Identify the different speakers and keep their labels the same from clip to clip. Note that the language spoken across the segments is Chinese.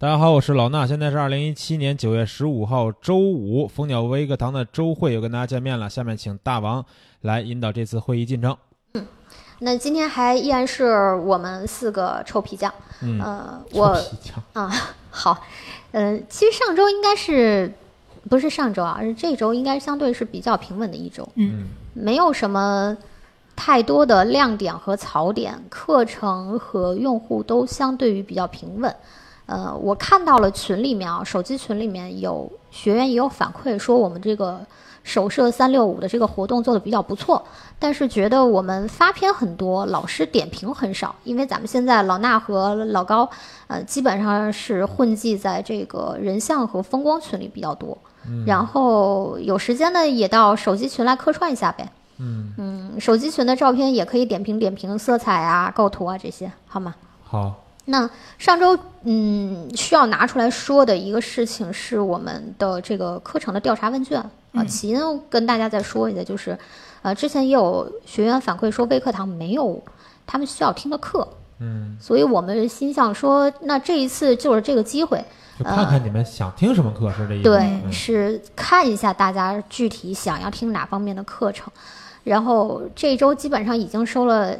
Speaker 1: 大家好，我是老衲，现在是二零一七年九月十五号周五，蜂鸟微课堂的周会又跟大家见面了。下面请大王来引导这次会议进程。
Speaker 2: 那今天还依然是我们四个臭皮匠，
Speaker 1: 嗯，
Speaker 2: 呃，我啊
Speaker 1: 臭皮匠
Speaker 2: 好，呃，其实上周应该是不是上周啊？是这周应该相对是比较平稳的一周，
Speaker 1: 嗯，
Speaker 2: 没有什么太多的亮点和槽点，课程和用户都相对于比较平稳。呃，我看到了群里面啊，手机群里面有学员也有反馈说我们这个手设三六五的这个活动做的比较不错，但是觉得我们发片很多，老师点评很少，因为咱们现在老衲和老高，呃，基本上是混迹在这个人像和风光群里比较多，然后有时间呢也到手机群来客串一下呗。
Speaker 1: 嗯
Speaker 2: 嗯，手机群的照片也可以点评点评色彩啊、构图啊这些，好吗？
Speaker 1: 好，
Speaker 2: 那上周嗯需要拿出来说的一个事情是我们的这个课程的调查问卷啊、
Speaker 1: 嗯
Speaker 2: 起因跟大家再说一下，就是呃之前也有学员反馈说微课堂没有他们需要听的课，
Speaker 1: 嗯，
Speaker 2: 所以我们心想说，那这一次就是这个机会，
Speaker 1: 就看看你们想听什么课是这意思。
Speaker 2: 对，
Speaker 1: 嗯
Speaker 2: 是看一下大家具体想要听哪方面的课程，然后这周基本上已经收了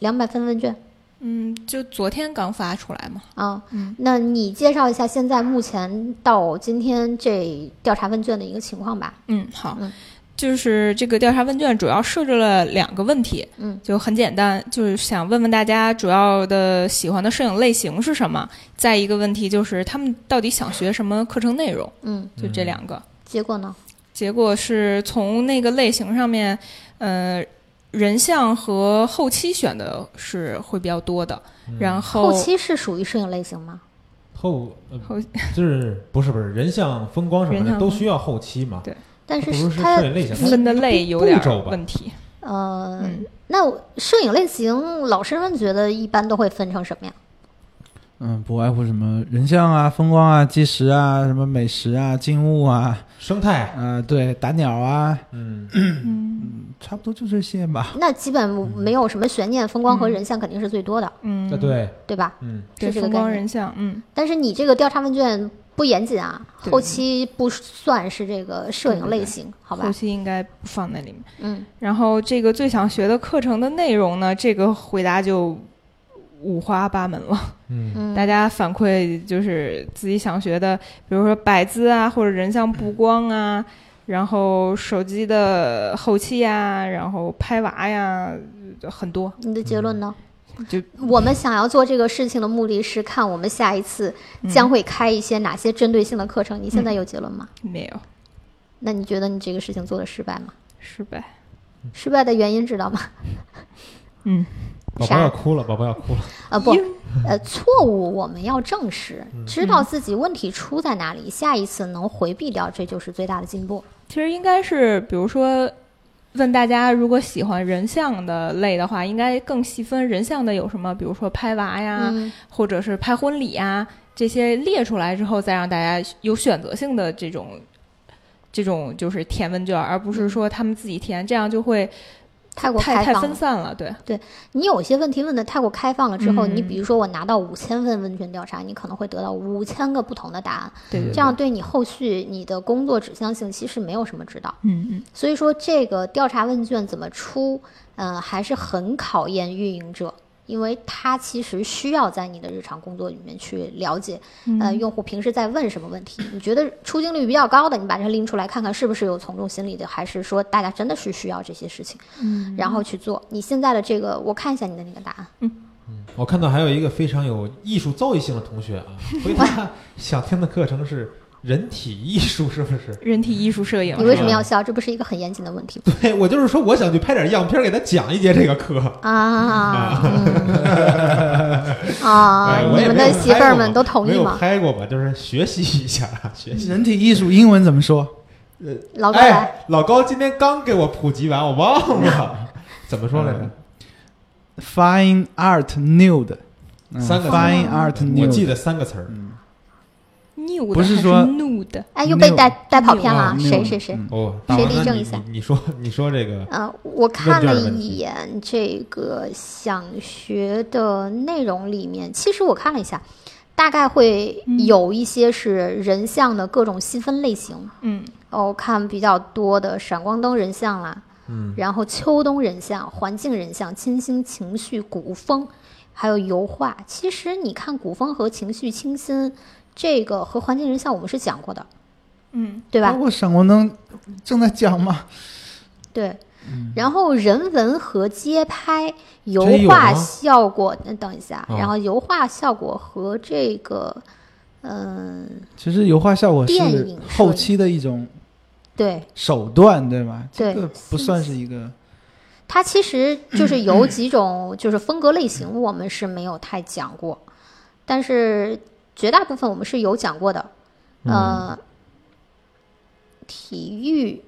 Speaker 2: 两百份问卷
Speaker 3: 嗯，就昨天刚发出来嘛。
Speaker 2: 啊。
Speaker 3: 嗯
Speaker 2: 那你介绍一下现在目前到今天这调查问卷的一个情况吧？
Speaker 3: 嗯，好，
Speaker 2: 嗯
Speaker 3: 就是这个调查问卷主要设置了两个问题，
Speaker 2: 嗯，
Speaker 3: 就很简单，就是想问问大家主要的喜欢的摄影类型是什么。再一个问题就是他们到底想学什么课程内容，
Speaker 2: 嗯，
Speaker 3: 就这两个。
Speaker 2: 结果呢？
Speaker 3: 结果是从那个类型上面，呃，人像和后期选的是会比较多的，
Speaker 2: 嗯
Speaker 3: 然后
Speaker 2: 后
Speaker 1: 哦
Speaker 2: 期是属于摄影类型吗？
Speaker 1: 后呃
Speaker 3: 后
Speaker 1: 就是不是不是人像风光什么
Speaker 3: 人
Speaker 1: 的
Speaker 3: 像
Speaker 1: 都
Speaker 3: 风
Speaker 1: 需要后期嘛？
Speaker 2: 但
Speaker 1: 不如
Speaker 2: 是
Speaker 1: 是
Speaker 2: 它
Speaker 1: 摄影类型
Speaker 3: 分的类有点
Speaker 1: 步骤吧
Speaker 3: 问题。
Speaker 2: 呃，
Speaker 3: 嗯
Speaker 2: 那我摄影类型老师们觉得一般都会分成什么呀？
Speaker 4: 嗯，不外乎什么人像啊、风光啊、纪实啊、什么美食啊、静物啊，
Speaker 1: 生态，
Speaker 4: 呃，对，打鸟啊，
Speaker 1: 嗯，
Speaker 3: 嗯
Speaker 4: 差不多就这些吧。
Speaker 2: 那基本没有什么悬念，风光和人像肯定是最多的，
Speaker 3: 嗯，
Speaker 1: 那对，
Speaker 2: 对吧？
Speaker 1: 嗯，
Speaker 2: 是
Speaker 3: 对，
Speaker 2: 这个
Speaker 3: 风
Speaker 2: 概
Speaker 3: 光
Speaker 2: 念
Speaker 3: 人像，嗯。
Speaker 2: 但是你这个调查问卷不严谨啊，
Speaker 3: 对
Speaker 2: 后期不算是这个摄影类型，好吧
Speaker 3: 后？期应该不放在里面。
Speaker 2: 嗯，
Speaker 3: 然后这个最想学的课程的内容呢，这个回答就五花八门了。
Speaker 1: 嗯，
Speaker 2: 嗯
Speaker 3: 大家反馈就是自己想学的，比如说摆姿啊，或者人像布光啊，然后手机的后期呀、然后拍娃呀，很多。
Speaker 2: 你的结论呢？
Speaker 3: 就
Speaker 2: 我们想要做这个事情的目的是看我们下一次将会开一些哪些针对性的课程。你现在有结论吗？
Speaker 3: 没有
Speaker 2: 那你觉得你这个事情做的失败吗？
Speaker 3: 失败。
Speaker 2: 啊失败的原因知道 吗？
Speaker 3: 嗯，
Speaker 1: 宝宝
Speaker 2: 啥
Speaker 1: 要哭了，宝宝要哭了，
Speaker 2: 啊不，呃，错误我们要正视，知道自己问题出在哪里，下一次能回避掉，这就是最大的进步。
Speaker 3: 其实应该是，比如说，问大家如果喜欢人像的类的话，应该更细分人像的有什么，比如说拍娃呀，
Speaker 2: 嗯，
Speaker 3: 或者是拍婚礼呀，这些列出来之后，再让大家有选择性的这种。这种就是填问卷，而不是说他们自己填，这样就会
Speaker 2: 太过
Speaker 3: 太
Speaker 2: 开
Speaker 3: 太
Speaker 2: 放
Speaker 3: 分
Speaker 2: 了。
Speaker 3: 散了。对，
Speaker 2: 你有些问题问的太过开放了之后，
Speaker 3: 嗯
Speaker 2: 你比如说我拿到五千份问卷调查，你可能会得到五千个不同的答案，
Speaker 3: 对对
Speaker 2: 这
Speaker 3: 对，
Speaker 2: 样对你后续你的工作指向性其实没有什么指导。
Speaker 3: 嗯嗯，
Speaker 2: 所以说这个调查问卷怎么出，呃，还是很考验运营者。因为它其实需要在你的日常工作里面去了解，呃，
Speaker 3: 嗯
Speaker 2: 用户平时在问什么问题。你觉得出镜率比较高的，你把它拎出来看看是不是有从众心理的，还是说大家真的是需要这些事情，
Speaker 3: 嗯
Speaker 2: 然后去做。你现在的这个，我看一下你的那个答案。
Speaker 1: 我看到还有一个非常有艺术造诣性的同学 啊，回答想听的课程是人体艺术，是不 是？
Speaker 3: 人体艺术摄影啊
Speaker 2: 你为什么要笑？这不是一个很严谨的问题吗？
Speaker 1: 对，我就是说我想去拍点样片儿给他讲一节这个课。
Speaker 2: 啊，嗯啊
Speaker 1: 哎，我
Speaker 2: 你
Speaker 1: 也
Speaker 2: 们
Speaker 1: 没
Speaker 2: 的
Speaker 1: 有
Speaker 2: 媳妇
Speaker 1: 拍
Speaker 2: 儿
Speaker 1: 过
Speaker 2: 们
Speaker 1: 嘛
Speaker 2: 都同
Speaker 1: 没
Speaker 2: 意
Speaker 1: 有
Speaker 2: 吗？
Speaker 1: 拍过吧，就是学习一下， 学习。
Speaker 4: 人体艺术英文怎么说？
Speaker 2: 老高来，
Speaker 1: 哎，老高今天刚给我普及完，我忘 了怎么说来
Speaker 4: 嗯
Speaker 1: 着。
Speaker 4: ？Fine art nude，、嗯、
Speaker 1: 三个字
Speaker 4: Fine art nude，
Speaker 1: 我记得三个词儿。
Speaker 4: 嗯，
Speaker 3: new 的
Speaker 4: 不是
Speaker 3: 还是
Speaker 4: 说
Speaker 3: nude？
Speaker 2: 哎，又被
Speaker 4: 没有
Speaker 2: 带带跑偏了啊，
Speaker 4: nude，
Speaker 2: 谁谁谁？
Speaker 4: 嗯
Speaker 1: 哦，大王，
Speaker 2: 谁立
Speaker 1: 那
Speaker 2: 正
Speaker 1: 你
Speaker 2: 一下
Speaker 1: 你你说你说这个
Speaker 2: 呃，我看了
Speaker 1: 问卷的问
Speaker 2: 一
Speaker 1: 题
Speaker 2: 眼这个想学的内容里面，其实我看了一下，大概会有一些是人像的各种细分类型。
Speaker 3: 嗯
Speaker 2: 哦，我看比较多的闪光灯人像啦、
Speaker 1: 嗯
Speaker 2: 然后秋冬人像、环境人像、清新情绪、古风，还有油画。其实你看古风和情绪清新，这个和环境人像我们是讲过的，
Speaker 3: 嗯
Speaker 2: 对吧
Speaker 4: 包？括闪光灯正在讲嘛，
Speaker 2: 对。然后人文和街拍、油
Speaker 1: 真嗯有
Speaker 2: 画
Speaker 1: 吗
Speaker 2: 效果，那等一下，
Speaker 1: 哦
Speaker 2: 然后油画效果和这个，嗯，
Speaker 4: 其实油画效果
Speaker 2: 电
Speaker 4: 是
Speaker 2: 影摄
Speaker 4: 后
Speaker 2: 影
Speaker 4: 期的一种
Speaker 2: 对，
Speaker 4: 手段，对吧？
Speaker 2: 对
Speaker 4: 这个不算是一个
Speaker 2: 它其实就 是有几种就是风格类型，我们是没有太讲过，但是绝大部分我们是有讲过的。呃，体育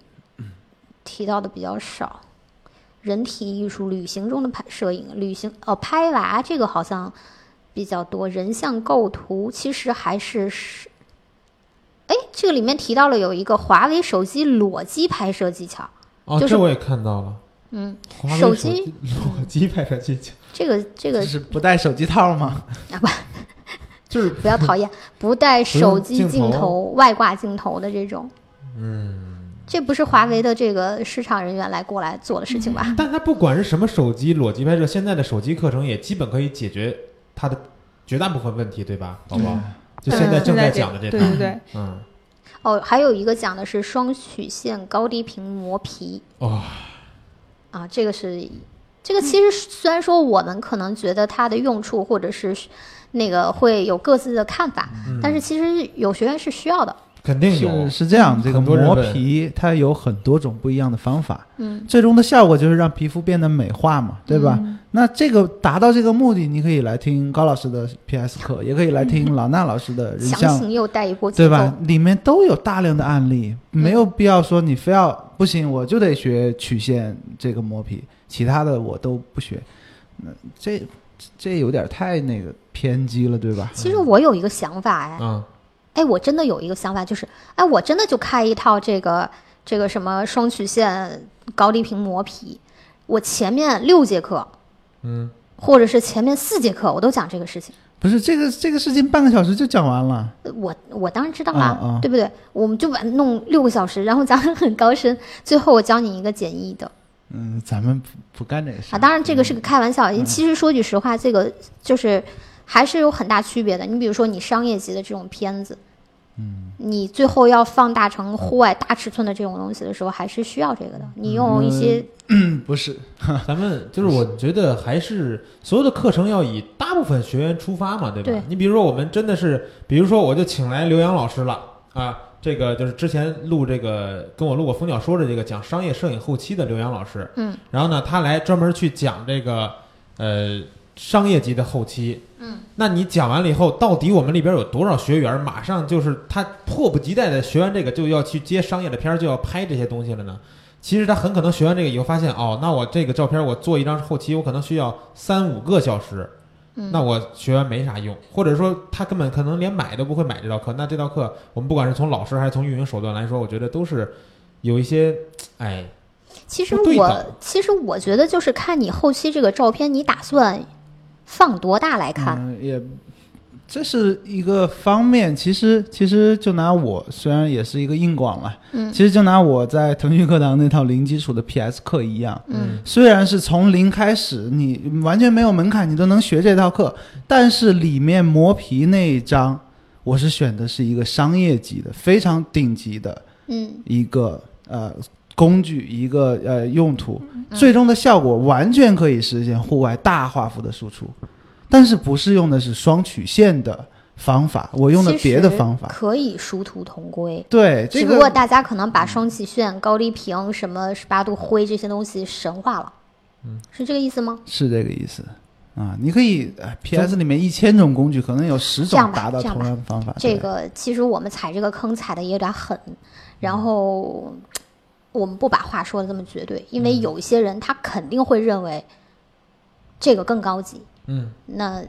Speaker 2: 提到的比较少，人体艺术、旅行中的拍摄影、旅行哦拍娃这个好像比较多，人像构图其实还是是。哎，这个里面提到了有一个华为手机裸机拍摄技巧，
Speaker 1: 哦，
Speaker 2: 就是
Speaker 1: 这我也看到了。
Speaker 2: 嗯，
Speaker 1: 华为
Speaker 2: 手
Speaker 1: 机
Speaker 2: 机
Speaker 1: 裸机拍摄技巧，
Speaker 2: 这个这个
Speaker 4: 就是不戴手机套嘛，
Speaker 1: 就是
Speaker 2: 不要讨厌，不带手机
Speaker 1: 不用
Speaker 2: 镜
Speaker 1: 镜
Speaker 2: 头、
Speaker 1: 头
Speaker 2: 外挂镜头的这种，
Speaker 1: 嗯，
Speaker 2: 这不是华为的这个市场人员来过来做的事情吧？
Speaker 1: 但它不管是什么手机裸机拍摄，现在的手机课程也基本可以解决它的绝大部分问题，对吧，宝宝？就现在
Speaker 3: 嗯
Speaker 1: 正在
Speaker 3: 这
Speaker 1: 讲的这
Speaker 3: 对
Speaker 1: 套，
Speaker 3: 对对，
Speaker 1: 嗯，
Speaker 2: 哦，还有一个讲的是双曲线高低频磨皮
Speaker 1: 哇，
Speaker 2: 啊，这个是这个其实虽然说我们可能觉得它的用处或者是那个会有各自的看法，
Speaker 1: 嗯
Speaker 2: 但是其实有学员是需要的，
Speaker 1: 肯定有嗯
Speaker 4: 是，是这样。这个
Speaker 1: 很多人
Speaker 4: 磨
Speaker 1: 问
Speaker 4: 皮它有很多种不一样的方法，
Speaker 2: 嗯
Speaker 4: 最终的效果就是让皮肤变得美化嘛，对吧？
Speaker 3: 嗯
Speaker 4: 那这个达到这个目的，你可以来听高老师的 PS 课，也可以来听老衲老师的人
Speaker 2: 嗯详
Speaker 4: 呃像，
Speaker 2: 情又带一波
Speaker 4: 对
Speaker 2: 节奏嗯
Speaker 4: 吧，？里面都有大量的案例，没有必要说你非要不行，我就得学曲线这个磨皮，其他的我都不学。那这这有点太那个偏激了，对吧？
Speaker 2: 其实我有一个想法哎，
Speaker 1: 啊，
Speaker 2: 哎，我真的有一个想法，就是，哎，我真的就开一套这个这个什么双曲线高低频磨皮，我前面六节课
Speaker 1: 嗯，
Speaker 2: 或者是前面四节课我都讲这个事情，
Speaker 4: 不是这个这个事情半个小时就讲完了，
Speaker 2: 呃我我当然知道
Speaker 4: 啊
Speaker 2: 啦，
Speaker 4: 啊
Speaker 2: 对不对？我们就把它弄六个小时，然后讲得很高深，最后我教你一个简易的
Speaker 4: 嗯，咱们不不干这个事
Speaker 2: 啊，当然这个是个开玩
Speaker 4: 嗯
Speaker 2: 笑，因为其实说句实话，这个就是还是有很大区别的。你比如说你商业级的这种片子。嗯，你最后要放大成户外大尺寸的这种东西的时候，还是需要这个的。你用一些
Speaker 4: 嗯不是，
Speaker 1: 咱们就是我觉得还是所有的课程要以大部分学员出发嘛，对吧？
Speaker 2: 对
Speaker 1: 你比如说我们真的是，比如说我就请来刘洋老师了啊，这个就是之前录这个跟我录过《蜂鸟说》的这个讲商业摄影后期的刘洋老师，
Speaker 2: 嗯，
Speaker 1: 然后呢，他来专门去讲这个呃商业级的后期，
Speaker 2: 嗯，
Speaker 1: 那你讲完了以后，到底我们里边有多少学员马上就是他迫不及待的学完这个就要去接商业的片儿，就要拍这些东西了呢？其实他很可能学完这个以后，发现哦，那我这个照片我做一张后期，我可能需要三五个小时，
Speaker 2: 嗯
Speaker 1: 那我学完没啥用，或者说他根本可能连买都不会买这道课。那这道课，我们不管是从老师还是从运营手段来说，我觉得都是有一些，哎，
Speaker 2: 其实
Speaker 1: 不对
Speaker 2: 我
Speaker 1: 等
Speaker 2: 其实我觉得就是看你后期这个照片，你打算放多大来看？
Speaker 4: 嗯，也这是一个方面。其实，其实就拿我虽然也是一个硬广了，
Speaker 2: 嗯
Speaker 4: 其实就拿我在腾讯课堂那套零基础的 PS 课一样，
Speaker 2: 嗯，
Speaker 4: 虽然是从零开始，你完全没有门槛，你都能学这套课，但是里面磨皮那一章，我是选的是一个商业级的，非常顶级的，
Speaker 2: 嗯
Speaker 4: 一个呃工具，一个呃用途，
Speaker 2: 嗯
Speaker 4: 最终的效果完全可以实现户外大画幅的输出，但是不是用的是双曲线的方法，我用的
Speaker 2: 其实
Speaker 4: 别的方法。
Speaker 2: 可以殊途同归。
Speaker 4: 对，哎这
Speaker 2: 只不过
Speaker 4: 个
Speaker 2: 大家可能把双曲线、高低频、什么十八度灰这些东西神化了，嗯，是这个意思吗？
Speaker 4: 是这个意思啊。你可以、呃、PS 里面一千种工具，可能有十
Speaker 2: 这样
Speaker 4: 种
Speaker 2: 吧
Speaker 4: 达到
Speaker 2: 这样吧
Speaker 4: 同样的方法。
Speaker 2: 这
Speaker 4: 啊对嗯
Speaker 2: 个其实我们踩这个坑踩的也有点狠，然后我们不把话说的这么绝对，因
Speaker 4: 嗯
Speaker 2: 为有一些人他肯定会认为这个更高级，
Speaker 1: 嗯，
Speaker 2: 那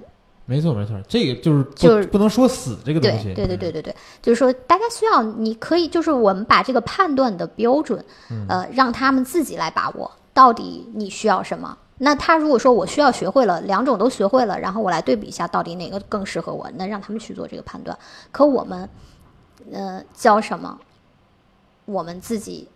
Speaker 1: 没错没错，这个就是不
Speaker 2: 就是
Speaker 1: 不能说死这个东西，嗯
Speaker 2: 对对对对对对，就是说大家需要，你可以就是我们把这个
Speaker 1: 嗯
Speaker 2: 判断的标准，呃，让他们自己来把握，到底你需要什么。那他如果说我需要学会了两种都学会了，然后我来对比一下到底哪个更适合我，那让他们去做这个判断。可我们，呃，教什么，我们自己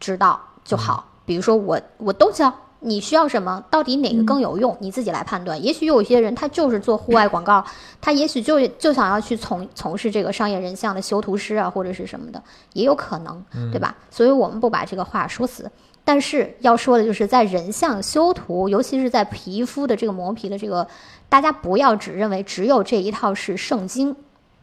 Speaker 2: 知道就
Speaker 1: 嗯
Speaker 2: 好。比如说我我都教，你需要什么，到底
Speaker 1: 嗯
Speaker 2: 哪个更有用，你自己来判断。也许有一些人他就是做户外广告，他也许就就想要去从从事这个商业人像的修图师啊，或者是什么的，也有可能，对吧？所以我们不把这个话说死。但是要说的就是，在人像修图，尤其是在皮肤的这个磨皮的这个，大家不要只认为只有这一套是圣经，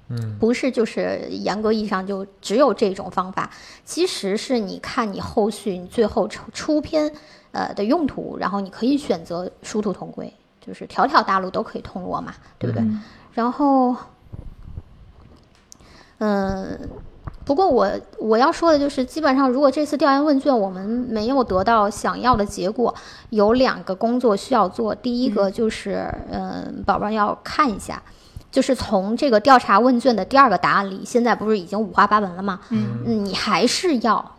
Speaker 1: 嗯，
Speaker 2: 不是就是严格意义上就只有这种方法，其实是你看你后续你最后出出片呃的用途，然后你可以选择殊途同归，就是条条大路都可以通罗马，对不对？
Speaker 3: 嗯
Speaker 2: 然后，嗯，不过我我要说的就是，基本上如果这次调研问卷我们没有得到想要的结果，有两个工作需要做。第一个就是，嗯，宝宝要看一下，就是从这个调查问卷的第二个答案里，现在不是已经五花八门了吗？
Speaker 3: 嗯
Speaker 2: 嗯，你还是要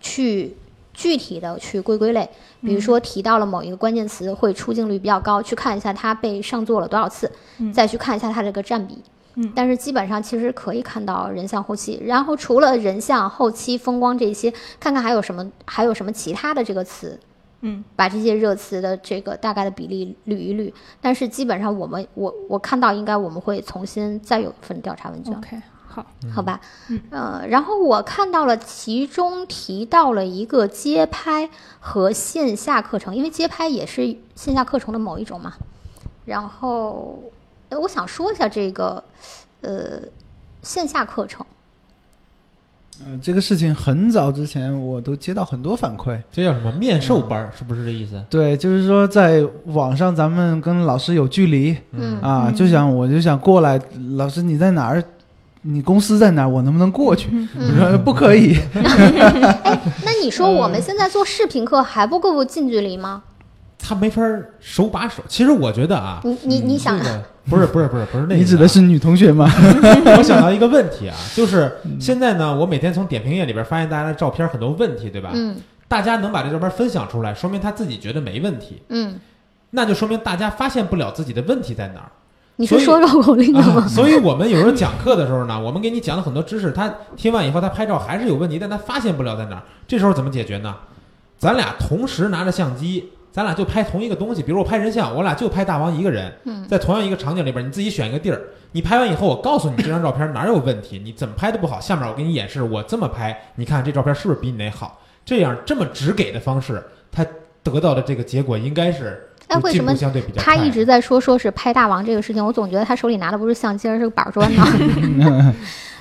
Speaker 2: 去具体的去归归类，比如说提到了某一个关键词会出镜率比较高，去看一下它被上座了多少次，
Speaker 3: 嗯
Speaker 2: 再去看一下它这个占比。
Speaker 3: 嗯
Speaker 2: 但是基本上其实可以看到人像后期，然后除了人像后期风光这些，看看还有什么还有什么其他的这个词，
Speaker 3: 嗯
Speaker 2: 把这些热词的这个大概的比例捋一捋。但是基本上我们我我看到应该我们会重新再有一份调查问卷。
Speaker 3: 嗯，OK，好，
Speaker 2: 好吧，
Speaker 3: 嗯
Speaker 2: 呃，然后我看到了其中提到了一个街拍和线下课程，因为街拍也是线下课程的某一种嘛。然后，呃我想说一下这个，呃，线下课程，
Speaker 4: 嗯、这个事情很早之前我都接到很多反馈，
Speaker 1: 这叫什么面授班儿？是不是这意
Speaker 2: 嗯
Speaker 1: 思？
Speaker 4: 对，就是说在网上咱们跟老师有距离
Speaker 2: 嗯
Speaker 4: 啊，
Speaker 3: 嗯
Speaker 4: 就想我就想过来，老师你在哪儿？你公司在哪儿？我能不能过去？我说不可以，
Speaker 1: 嗯
Speaker 2: 嗯 哎那你说我们现在做视频课还不够近距离吗？
Speaker 1: 他没法儿手把手。其实我觉得啊，
Speaker 2: 你你你想
Speaker 1: 这， 个不是不是不是不是那个啊，
Speaker 4: 你指的是女同学吗？
Speaker 1: 我想到一个问题啊，就是现在呢，我每天从点评页里边发现大家的照片很多问题，对吧？
Speaker 2: 嗯
Speaker 1: 大家能把这照片分享出来，说明他自己觉得没问题，
Speaker 2: 嗯，
Speaker 1: 那就说明大家发现不了自己的问题在哪儿。
Speaker 2: 你是
Speaker 1: 所
Speaker 2: 说绕口令的
Speaker 1: 啊
Speaker 2: 吗？
Speaker 1: 所以我们有时候讲课的时候呢，我们给你讲了很多知识，他听完以后他拍照还是有问题，但他发现不了在哪儿。这时候怎么解决呢？咱俩同时拿着相机，咱俩就拍同一个东西，比如我拍人像，我俩就拍大王一个人，
Speaker 2: 嗯
Speaker 1: 在同样一个场景里边，你自己选一个地儿，你拍完以后，我告诉你这张照片哪儿有问题，你怎么拍都不好。下面我给你演示，我这么拍，你看这照片是不是比你那好？这样这么直给的方式，他得到的这个结果应该是
Speaker 2: 哎为什
Speaker 1: 进步
Speaker 2: 么
Speaker 1: 相对比较
Speaker 2: 他
Speaker 1: 快
Speaker 2: 一直在说说是拍大王这个事情，我总觉得他手里拿的不是相机，而是个板砖呢。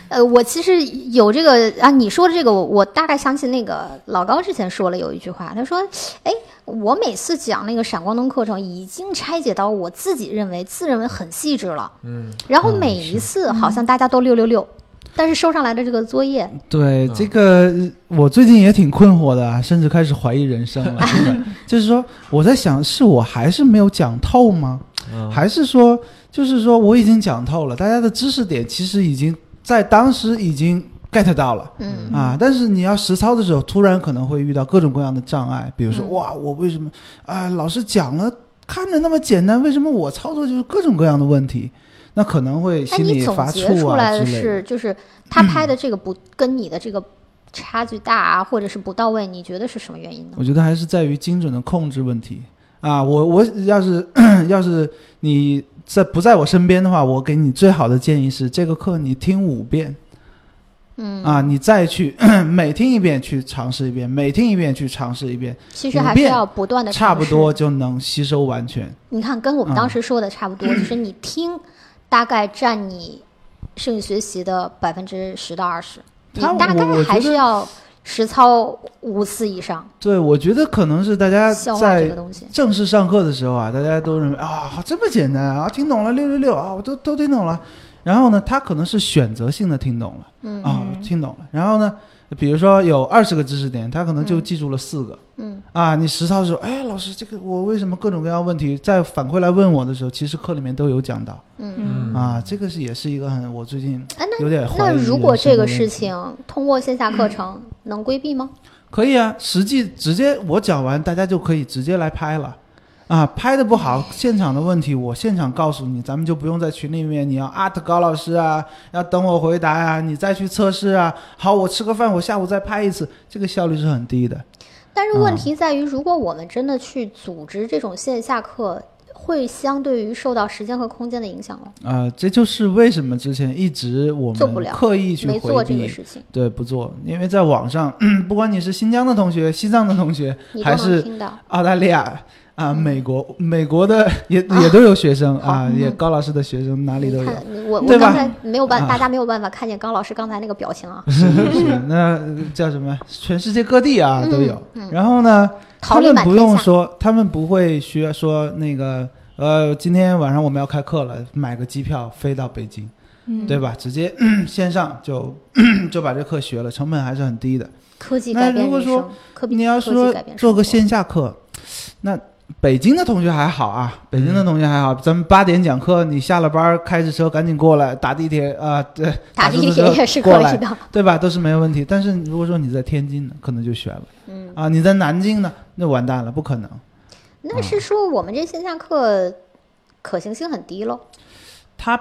Speaker 2: 呃，我其实有这个啊，你说的这个，我我大概想起那个老高之前说了有一句话，他说：“哎，我每次讲那个闪光灯课程，已经拆解到我自己认为自认为很细致了，
Speaker 1: 嗯
Speaker 2: 然后
Speaker 1: 嗯
Speaker 2: 每一次好像大家都六六六，但是收上来的这个作业，
Speaker 4: 对
Speaker 1: 嗯
Speaker 4: 这个，我最近也挺困惑的啊，甚至开始怀疑人生了。真的就是说，我在想，是我还是没有讲透吗？
Speaker 1: 嗯
Speaker 4: 还是说，就是说我已经讲透了，大家的知识点其实已经在当时已经 get 到了。
Speaker 2: 嗯
Speaker 4: 啊，但是你要实操的时候，突然可能会遇到各种各样的障碍，比如说，
Speaker 2: 嗯
Speaker 4: 哇，我为什么啊、老师讲了，看着那么简单，为什么我操作就是各种各样的问题？那可能会
Speaker 2: 哎，
Speaker 4: 心
Speaker 2: 你
Speaker 4: 里
Speaker 2: 总
Speaker 4: 发
Speaker 2: 结
Speaker 4: 怵
Speaker 2: 出来
Speaker 4: 啊
Speaker 2: 的
Speaker 4: 之类的。嗯
Speaker 2: 是，就是他拍的这个不跟你的这个差距大啊，或者是不到位，你觉得是什么原因呢？
Speaker 4: 我觉得还是在于精准的控制问题啊！我我要是 要是你在不在我身边的话，我给你最好的建议是，这个课你听五遍
Speaker 2: 嗯，
Speaker 4: 啊，你再去 每听一遍去尝试一遍，每听一遍去尝试一遍，
Speaker 2: 其实
Speaker 4: 普
Speaker 2: 还是
Speaker 4: 遍
Speaker 2: 要不断的
Speaker 4: 差不多。就能吸收完全。
Speaker 2: 你看，跟我们
Speaker 4: 嗯
Speaker 2: 当时说的差不多，就是你听，大概占你剩余学习的百分之十到二十，你
Speaker 4: 他
Speaker 2: 大
Speaker 4: 我我
Speaker 2: 概
Speaker 4: 觉
Speaker 2: 还是
Speaker 4: 得
Speaker 2: 要实操五次以上，
Speaker 4: 对，我觉得可能是大家
Speaker 2: 消化这
Speaker 4: 在
Speaker 2: 个东西。
Speaker 4: 正式上课的时候啊，大家都认为啊，这么简单啊，听懂了六六六啊，我都都听懂了。然后呢，他可能是选择性的听懂了
Speaker 2: 嗯
Speaker 4: 啊，
Speaker 3: 嗯
Speaker 4: 听懂了。然后呢，比如说有二十个知识点，他可能就
Speaker 3: 嗯
Speaker 4: 记住了四个、
Speaker 2: 嗯
Speaker 4: 啊。你实操的时候，哎，老师，这个我为什么各种各样的问题再反馈来问我的时候，其实课里面都有讲到、
Speaker 2: 嗯。
Speaker 3: 嗯
Speaker 4: 啊。这个是也是一个很我最近
Speaker 2: 哎，那
Speaker 4: 有点怀疑
Speaker 2: 那
Speaker 4: 人
Speaker 2: 如果
Speaker 4: 生
Speaker 2: 这
Speaker 4: 的
Speaker 2: 个
Speaker 4: 问
Speaker 2: 事
Speaker 4: 题
Speaker 2: 情通过线下课程能规避吗？
Speaker 4: 可以啊，实际直接我讲完，大家就可以直接来拍了。啊，拍的 不好，现场的问题我现场告诉你，咱们就不用在群里面你要 at 高老师啊，要等我回答呀、你再去测试啊。好，我吃个饭，我下午再拍一次，这个效率是很低的。
Speaker 2: 但是问
Speaker 4: 啊
Speaker 2: 题在于，如果我们真的去组织这种线下课，会相对于受到时间和空间的影响吗？
Speaker 4: 啊、这就是为什么之前一直我
Speaker 2: 做不了
Speaker 4: 们刻意去
Speaker 2: 没
Speaker 4: 回
Speaker 2: 做这
Speaker 4: 避
Speaker 2: 个事情，
Speaker 4: 对，不做，因为在网上， 不管你是新疆的同学、西藏的同学，
Speaker 2: 你都
Speaker 4: 还
Speaker 2: 能
Speaker 4: 是
Speaker 2: 听到。
Speaker 4: 澳大利亚啊、美国，美国的也也都有学生
Speaker 2: 嗯啊好嗯
Speaker 4: 啊，也高老师的学生哪里
Speaker 2: 你
Speaker 4: 都有。
Speaker 2: 看，你我我
Speaker 4: 对吧
Speaker 2: 刚才没有办，
Speaker 4: 啊
Speaker 2: 大家没有办法看见高老师刚才那个表情啊，
Speaker 4: 是是，那叫什么？全世界各地啊都有。
Speaker 2: 嗯嗯
Speaker 4: 然后呢，
Speaker 2: 桃
Speaker 4: 他
Speaker 2: 李
Speaker 4: 们
Speaker 2: 满
Speaker 4: 不
Speaker 2: 天
Speaker 4: 用
Speaker 2: 下。
Speaker 4: 说，他们不会需要说那个呃，今天晚上我们要开课了，买个机票飞到北京，
Speaker 3: 嗯
Speaker 4: 对吧？直接 线上就 就把这课学了，成本还是很低的。
Speaker 2: 科技
Speaker 4: 那
Speaker 2: 改变
Speaker 4: 如果
Speaker 2: 人
Speaker 4: 说
Speaker 2: 生，科技
Speaker 4: 你要
Speaker 2: 科技
Speaker 4: 说
Speaker 2: 改变
Speaker 4: 做个
Speaker 2: 生活
Speaker 4: 线下课，那北京的同学还好啊，北京的同学还好。咱们八点讲课，你下了班儿开着车赶紧过来，打地铁啊、 对，
Speaker 2: 打
Speaker 4: 出
Speaker 2: 地
Speaker 4: 租
Speaker 2: 铁
Speaker 4: 车
Speaker 2: 也是
Speaker 4: 过
Speaker 2: 可以
Speaker 4: 来，啊
Speaker 2: 的，
Speaker 4: 对吧？都是没问题。但是如果说你在天津呢，可能就悬了
Speaker 2: 嗯，
Speaker 4: 啊；你在南京呢，那完蛋了，不可能。
Speaker 2: 那是说我们这线下课可行性很低喽。
Speaker 4: 他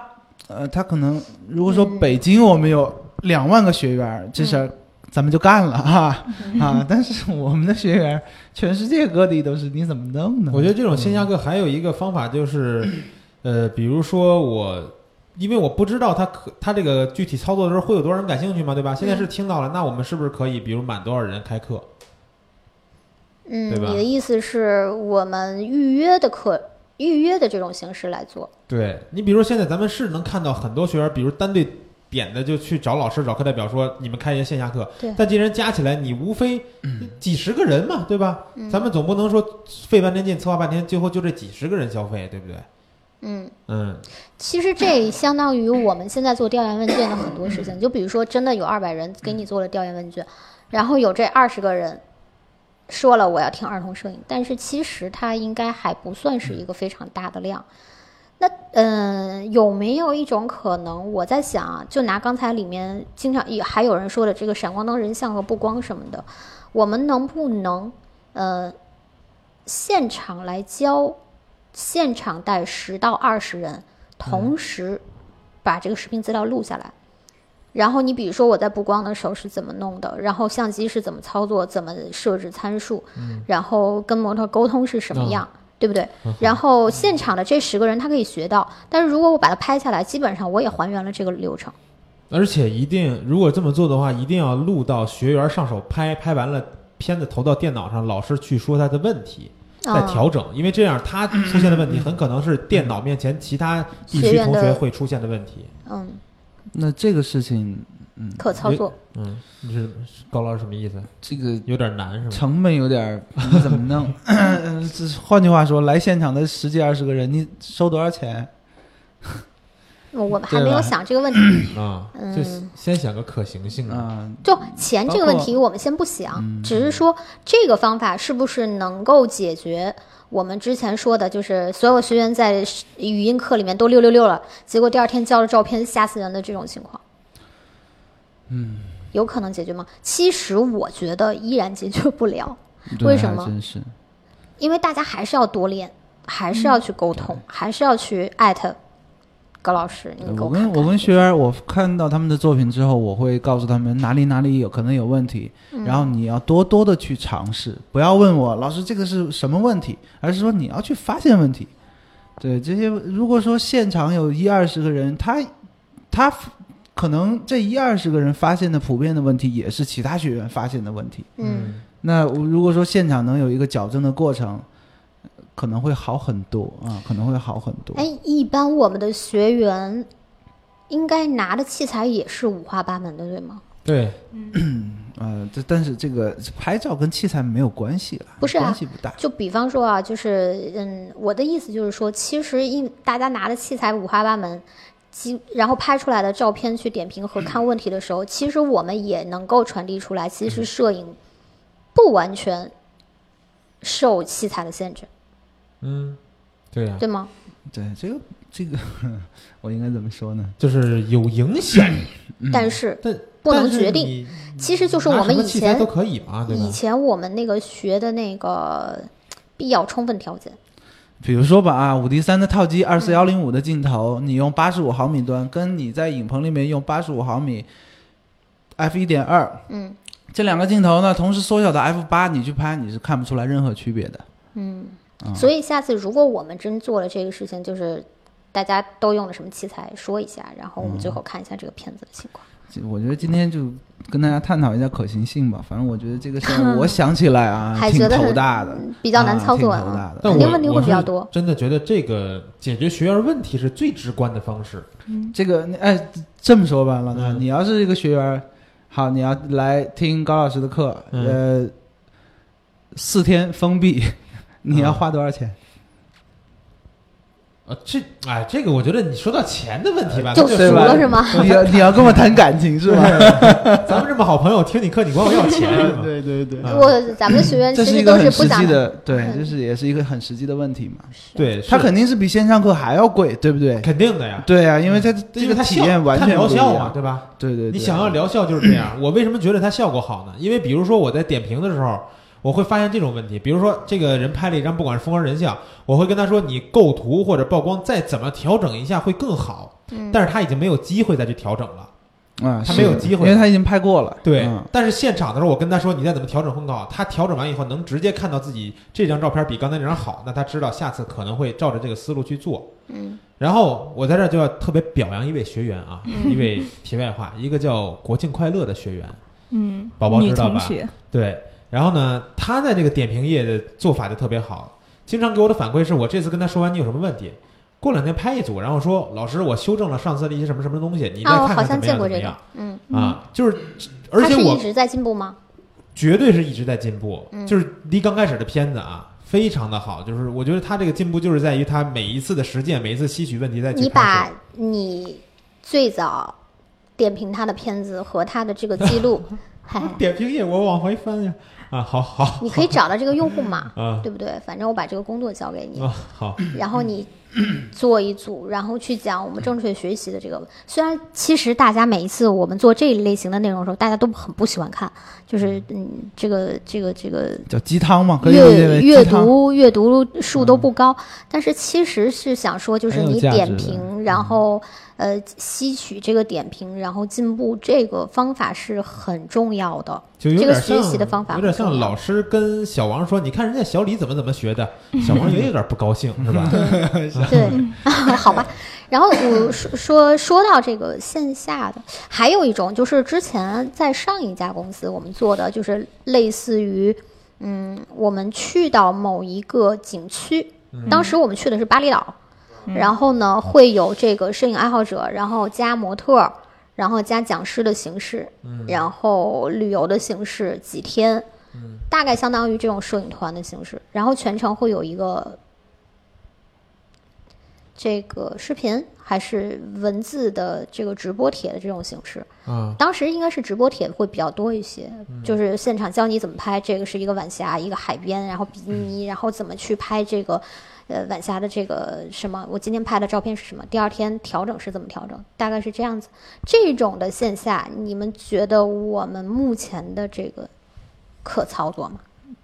Speaker 4: 呃，他可能如果说
Speaker 2: 嗯
Speaker 4: 北京我们有两万个学员儿，这事儿咱们就干了哈、
Speaker 2: 嗯
Speaker 4: 啊！但是我们的学员儿全世界各地都是，你怎么弄呢？
Speaker 1: 我觉得这种
Speaker 2: 嗯
Speaker 1: 线下课还有一个方法就是，呃，比如说我，因为我不知道他可他这个具体操作的时候会有多少人感兴趣嘛，对吧？现在是听到了，那我们是不是可以，比如满多少人开课？
Speaker 2: 嗯，
Speaker 1: 对吧
Speaker 2: 你的意思是我们预约的课，预约的这种形式来做，
Speaker 1: 对你，比如现在咱们是能看到很多学员，比如单对点的就去找老师、找课代表说，你们开一些线下课
Speaker 2: 对。
Speaker 1: 但这些人加起来，你无非几十个人嘛，对吧？
Speaker 2: 嗯
Speaker 1: 咱们总不能说费半天劲策划半天，最后就这几十个人消费，对不对？
Speaker 2: 嗯，
Speaker 1: 嗯，
Speaker 2: 其实这相当于我们现在做调研问卷的很多事情，就比如说真的有二百人给你做了调研问卷，然后有这二十个人说了我要听儿童摄影，但是其实它应该还不算是一个非常大的量。那嗯、呃有没有一种可能？我在想啊，就拿刚才里面经常也还有人说的这个闪光灯人像和布光什么的，我们能不能呃现场来教，现场带十到二十人，同时把这个视频资料录下来。然后你比如说我在布光的时候是怎么弄的，然后相机是怎么操作，怎么设置参数，然后跟模特沟通是什么样，对不对？
Speaker 1: 嗯
Speaker 2: 然后现场的这十个人他可以学到，但是如果我把它拍下来，基本上我也还原了这个流程。
Speaker 1: 而且一定，如果这么做的话，一定要录到学员上手拍，拍完了片子投到电脑上，老师去说他的问题，再
Speaker 2: 啊
Speaker 1: 调整，因为这样他出现的问题很可能是电脑面前其他地
Speaker 2: 学
Speaker 1: 区
Speaker 2: 员
Speaker 1: 同
Speaker 2: 的
Speaker 1: 学会出现的问题。
Speaker 2: 嗯，
Speaker 4: 那这个事情，嗯，
Speaker 2: 可操作。
Speaker 1: 嗯，你是高老师什么意思？
Speaker 4: 这个
Speaker 1: 有点难是吗？
Speaker 4: 成本有点儿，你怎么弄？呃这换句话说，来现场的十几二十个人，你收多少钱？
Speaker 2: 我们还
Speaker 4: 对
Speaker 2: 没有
Speaker 4: 吧
Speaker 2: 想这个问题，
Speaker 1: 啊，
Speaker 2: 嗯
Speaker 1: 就先想个可行性
Speaker 4: 啊、
Speaker 1: 啊。
Speaker 2: 就钱这个问题，我们先不想，
Speaker 4: 嗯
Speaker 2: 只是说这个方法是不是能够解决我们之前说的，就是所有学员在语音课里面都六六六了，结果第二天交了照片吓死人的这种情况。嗯，有可能解决吗？其实我觉得依然解决不了，
Speaker 4: 对
Speaker 2: 为什么
Speaker 4: 还真是，
Speaker 2: 因为大家还是要多练，还是要
Speaker 4: 嗯
Speaker 2: 去沟通，还是要去艾特高老师，你给
Speaker 4: 呃我
Speaker 2: 看
Speaker 4: 跟
Speaker 2: 看。
Speaker 4: 我跟学员，我看到他们的作品之后，我会告诉他们哪里哪里有可能有问题，
Speaker 2: 嗯
Speaker 4: 然后你要多多的去尝试，不要问我老师这个是什么问题，而是说你要去发现问题。对这些，如果说现场有一二十个人，他他可能这一二十个人发现的普遍的问题，也是其他学员发现的问题。
Speaker 2: 嗯，
Speaker 4: 那我如果说现场能有一个矫正的过程，呃可能会好很多啊，可能会好很多。
Speaker 2: 哎，一般我们的学员应该拿的器材也是五花八门的，对吗？
Speaker 1: 对，
Speaker 4: 呃，这但是这个拍照跟器材没有关系了，
Speaker 2: 不是啊
Speaker 4: 关系不大。
Speaker 2: 就比方说啊，就是嗯，我的意思就是说，其实一大家拿的器材五花八门，其然后拍出来的照片去点评和看问题的时候，其实我们也能够传递出来，其
Speaker 4: 嗯
Speaker 2: 实摄影不完全受器材的限制，
Speaker 1: 嗯，对呀、
Speaker 2: 对吗？
Speaker 4: 对，这个这个， 我应该怎么说呢？
Speaker 1: 就是有影响，
Speaker 4: 嗯
Speaker 2: 但是
Speaker 1: 但
Speaker 2: 不能
Speaker 1: 但是
Speaker 2: 决定
Speaker 1: 你
Speaker 2: 其实就是我
Speaker 1: 拿什
Speaker 2: 们
Speaker 1: 么
Speaker 2: 以
Speaker 1: 器材
Speaker 2: 前
Speaker 1: 都可以嘛，对吧
Speaker 2: 以？前我们那个学的那个必要充分条件，
Speaker 4: 比如说吧啊，五 D 三的套机，二四幺零五的镜头，你用八十五毫米端，跟你在影棚里面用八十五毫米 f 一点二
Speaker 2: 嗯
Speaker 4: 这两个镜头呢，同时缩小到 f 八，你去拍你是看不出来任何区别的。
Speaker 2: 嗯。
Speaker 4: 嗯、
Speaker 2: 所以下次如果我们真做了这个事情，就是大家都用了什么器材说一下，然后我
Speaker 1: 嗯
Speaker 2: 们最后看一下这个片子的情况。
Speaker 4: 这我觉得今天就跟大家探讨一下可行性吧。反正我觉得这个事 儿，我想起来啊，
Speaker 2: 还
Speaker 4: 挺
Speaker 2: 觉得
Speaker 4: 头
Speaker 2: 很
Speaker 4: 大的，
Speaker 2: 嗯比较难操作
Speaker 4: 啊，挺头大
Speaker 2: 啊，
Speaker 4: 的。
Speaker 1: 但
Speaker 2: 肯
Speaker 1: 我
Speaker 2: 定问题会比较
Speaker 1: 我
Speaker 2: 多
Speaker 1: 是。真的觉得这个解决学员问题是最直观的方式。
Speaker 4: 这个，哎，这么说吧，老大，
Speaker 1: 嗯
Speaker 4: 你要是一个学员儿，好，你要来听高老师的课，
Speaker 1: 嗯
Speaker 4: 呃，四天封闭， 你
Speaker 1: 嗯
Speaker 4: 要花多少 钱？
Speaker 1: 啊，这哎，这个我觉得你说到钱的问题吧，
Speaker 2: 就
Speaker 1: 那就
Speaker 2: 嗯
Speaker 4: 对
Speaker 1: 是
Speaker 2: 熟
Speaker 4: 吧
Speaker 2: 了？是吗
Speaker 4: 你要你要跟我谈感 情是吧？
Speaker 1: 咱们这么好朋友听你课，你管我要钱是吗？
Speaker 4: 对对对
Speaker 1: 嗯
Speaker 2: 如果咱们的学员
Speaker 4: 这
Speaker 2: 其
Speaker 4: 是一
Speaker 2: 实
Speaker 4: 个
Speaker 2: 都
Speaker 4: 很
Speaker 2: 不
Speaker 4: 实
Speaker 2: 想
Speaker 4: 际，的，对，
Speaker 2: 嗯
Speaker 4: 这是也是一个很实际的问题嘛。
Speaker 1: 对，
Speaker 4: 它
Speaker 1: 是
Speaker 4: 肯定是比线上课还要贵，对不对？
Speaker 1: 肯定的呀，
Speaker 4: 对啊，因为它这
Speaker 1: 嗯因
Speaker 4: 个
Speaker 1: 为它
Speaker 4: 体
Speaker 1: 效
Speaker 4: 验完
Speaker 1: 它
Speaker 4: 全
Speaker 1: 疗
Speaker 4: 不一
Speaker 1: 效嘛，
Speaker 4: 样。
Speaker 1: 对吧？
Speaker 4: 对对，对
Speaker 1: 你想要疗效就是这样。我为什么觉得它效果好呢？因为比如说我在点评的时候，我会发现这种问题，比如说这个人拍了一张不管是风光人像，我会跟他说你构图或者曝光再怎么调整一下会更好，
Speaker 2: 嗯，
Speaker 1: 但是他已经没有机会再去调整了。
Speaker 4: 啊，
Speaker 1: 它
Speaker 4: 是
Speaker 1: 没有机会
Speaker 4: 因为它已经拍过了。
Speaker 1: 对，
Speaker 4: 嗯
Speaker 1: 但是现场的时候，我跟他说你再怎么调整更好，他调整完以后能直接看到自己这张照片比刚才那张好，那他知道下次可能会照着这个思路去做。
Speaker 2: 嗯
Speaker 1: 然后我在这儿就要特别表扬一位学员啊，
Speaker 2: 嗯
Speaker 1: 一位题外 话，一个叫国庆快乐的学员，
Speaker 3: 嗯，
Speaker 1: 宝宝
Speaker 3: 女
Speaker 1: 知道吧
Speaker 3: 同学，
Speaker 1: 对，然后呢，他在这个点评业的做法就特别好，经常给我的反馈是我这次跟他说完你有什么问题，过两天拍一组，然后说老师我修正了上次的一些什么什么东西，你再
Speaker 2: 啊，我
Speaker 1: 看
Speaker 2: 好
Speaker 1: 看怎
Speaker 2: 像
Speaker 1: 么样
Speaker 2: 见
Speaker 1: 怎
Speaker 2: 过
Speaker 1: 么
Speaker 2: 这个
Speaker 1: 样、，
Speaker 2: 嗯，
Speaker 1: 啊，就是而
Speaker 2: 他
Speaker 1: 且
Speaker 2: 是
Speaker 1: 我
Speaker 2: 一直在进步吗？
Speaker 1: 绝对是一直在进步，
Speaker 2: 嗯
Speaker 1: 就是离刚开始的片子啊，非常的好。就是我觉得他这个进步就是在于他每一次的实践，每一次吸取问题再去
Speaker 2: 你
Speaker 1: 探
Speaker 2: 把你最早点评他的片子和他的这个 记录，嗨
Speaker 1: 索。，点评页我往回翻呀，啊，好好
Speaker 2: 你可以找到这个用户码，
Speaker 1: 啊
Speaker 2: 对不对？反正我把这个工作交给你，
Speaker 1: 啊好，
Speaker 2: 然后你做一组，然后去讲我们正确学习的这个。虽然其实大家每一次我们做这一类型的内容的时候，大家都很不喜欢看，就是嗯，这个这个这个
Speaker 4: 叫鸡汤嘛，可以理解
Speaker 2: 阅
Speaker 4: 为
Speaker 2: 阅
Speaker 4: 鸡汤
Speaker 2: 读阅读数都不高，但是其实是想说，就是
Speaker 4: 嗯很有
Speaker 2: 你
Speaker 4: 价值
Speaker 2: 点
Speaker 4: 的嗯
Speaker 2: 评，然后呃吸取这个点评，然后进步，这个方法是很重要的。
Speaker 1: 就有
Speaker 2: 这个
Speaker 1: 点像
Speaker 2: 学习的方法
Speaker 1: 有点
Speaker 2: 很
Speaker 1: 像
Speaker 2: 重要
Speaker 1: 老师跟小王说，你看人家小李怎么怎么学的， 小王也有点不高兴是吧？
Speaker 2: 对， 好吧。然后我说说说到这个线下的，还有一种就是之前在上一家公司我们做的，就是类似于，嗯，我们去到某一个景区，当时我们去的是巴厘岛，然后呢会有这个摄影爱好者，然后加模特儿，然后加讲师的形式，然后旅游的形式几天。大概相当于这种摄影团的形式，然后全程会有一个这个视频还是文字的这个直播帖的这种形式。
Speaker 1: 啊，
Speaker 2: 当时应该是直播帖会比较多一些，
Speaker 4: 嗯
Speaker 2: 就是现场教你怎么拍。这个是一个晚霞，一个海边，然后比
Speaker 4: 嗯
Speaker 2: 基尼，然后怎么去拍这个。呃，晚霞的这个什么，我今天拍的照片是什么？第二天调整是怎么调整？大概是这样子。这种的线下，你们觉得我们目前的这个可操作吗？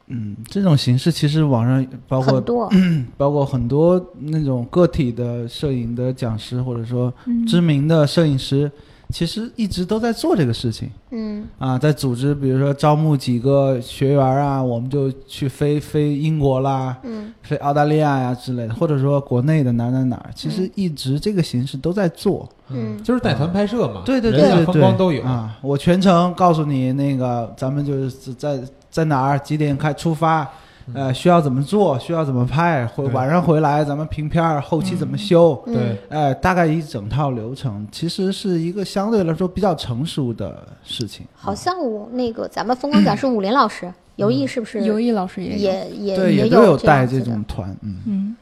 Speaker 4: 嗯，这种形式其实网上包
Speaker 2: 很
Speaker 4: 括
Speaker 2: 多，
Speaker 4: 包括很多那种个体的摄影的讲师，或者说
Speaker 3: 嗯
Speaker 4: 知名的摄影师，其实一直都在做这个事情
Speaker 2: 嗯
Speaker 4: 啊，在组织，比如说招募几个学员啊，我们就去飞飞英国啦，
Speaker 2: 嗯
Speaker 4: 飞澳大利亚呀之类的，或者说国内的哪哪哪儿，其实一直这个形式都在做。
Speaker 2: 嗯
Speaker 1: 就是带团拍摄嘛，
Speaker 4: 对对对
Speaker 1: 啊人像
Speaker 4: 对对，
Speaker 1: 风光都有，
Speaker 4: 啊！我全程告诉你那个，咱们就是在在哪儿几点开出发，呃，需要怎么做，需要怎么拍，回
Speaker 1: 嗯对
Speaker 4: 晚上回来咱们评片儿，后期怎么修，
Speaker 2: 嗯，
Speaker 1: 对，
Speaker 4: 呃，大概一整套流程，其实是一个相对来说比较成熟的事情。
Speaker 2: 好像我那个咱们风光讲 师武林老师，尤
Speaker 4: 嗯
Speaker 2: 毅是不是
Speaker 3: 尤毅老师也有，
Speaker 2: 也也
Speaker 4: 对，也都
Speaker 2: 有
Speaker 4: 有带
Speaker 2: 样子
Speaker 4: 这
Speaker 2: 的
Speaker 4: 种团，嗯，
Speaker 3: 嗯，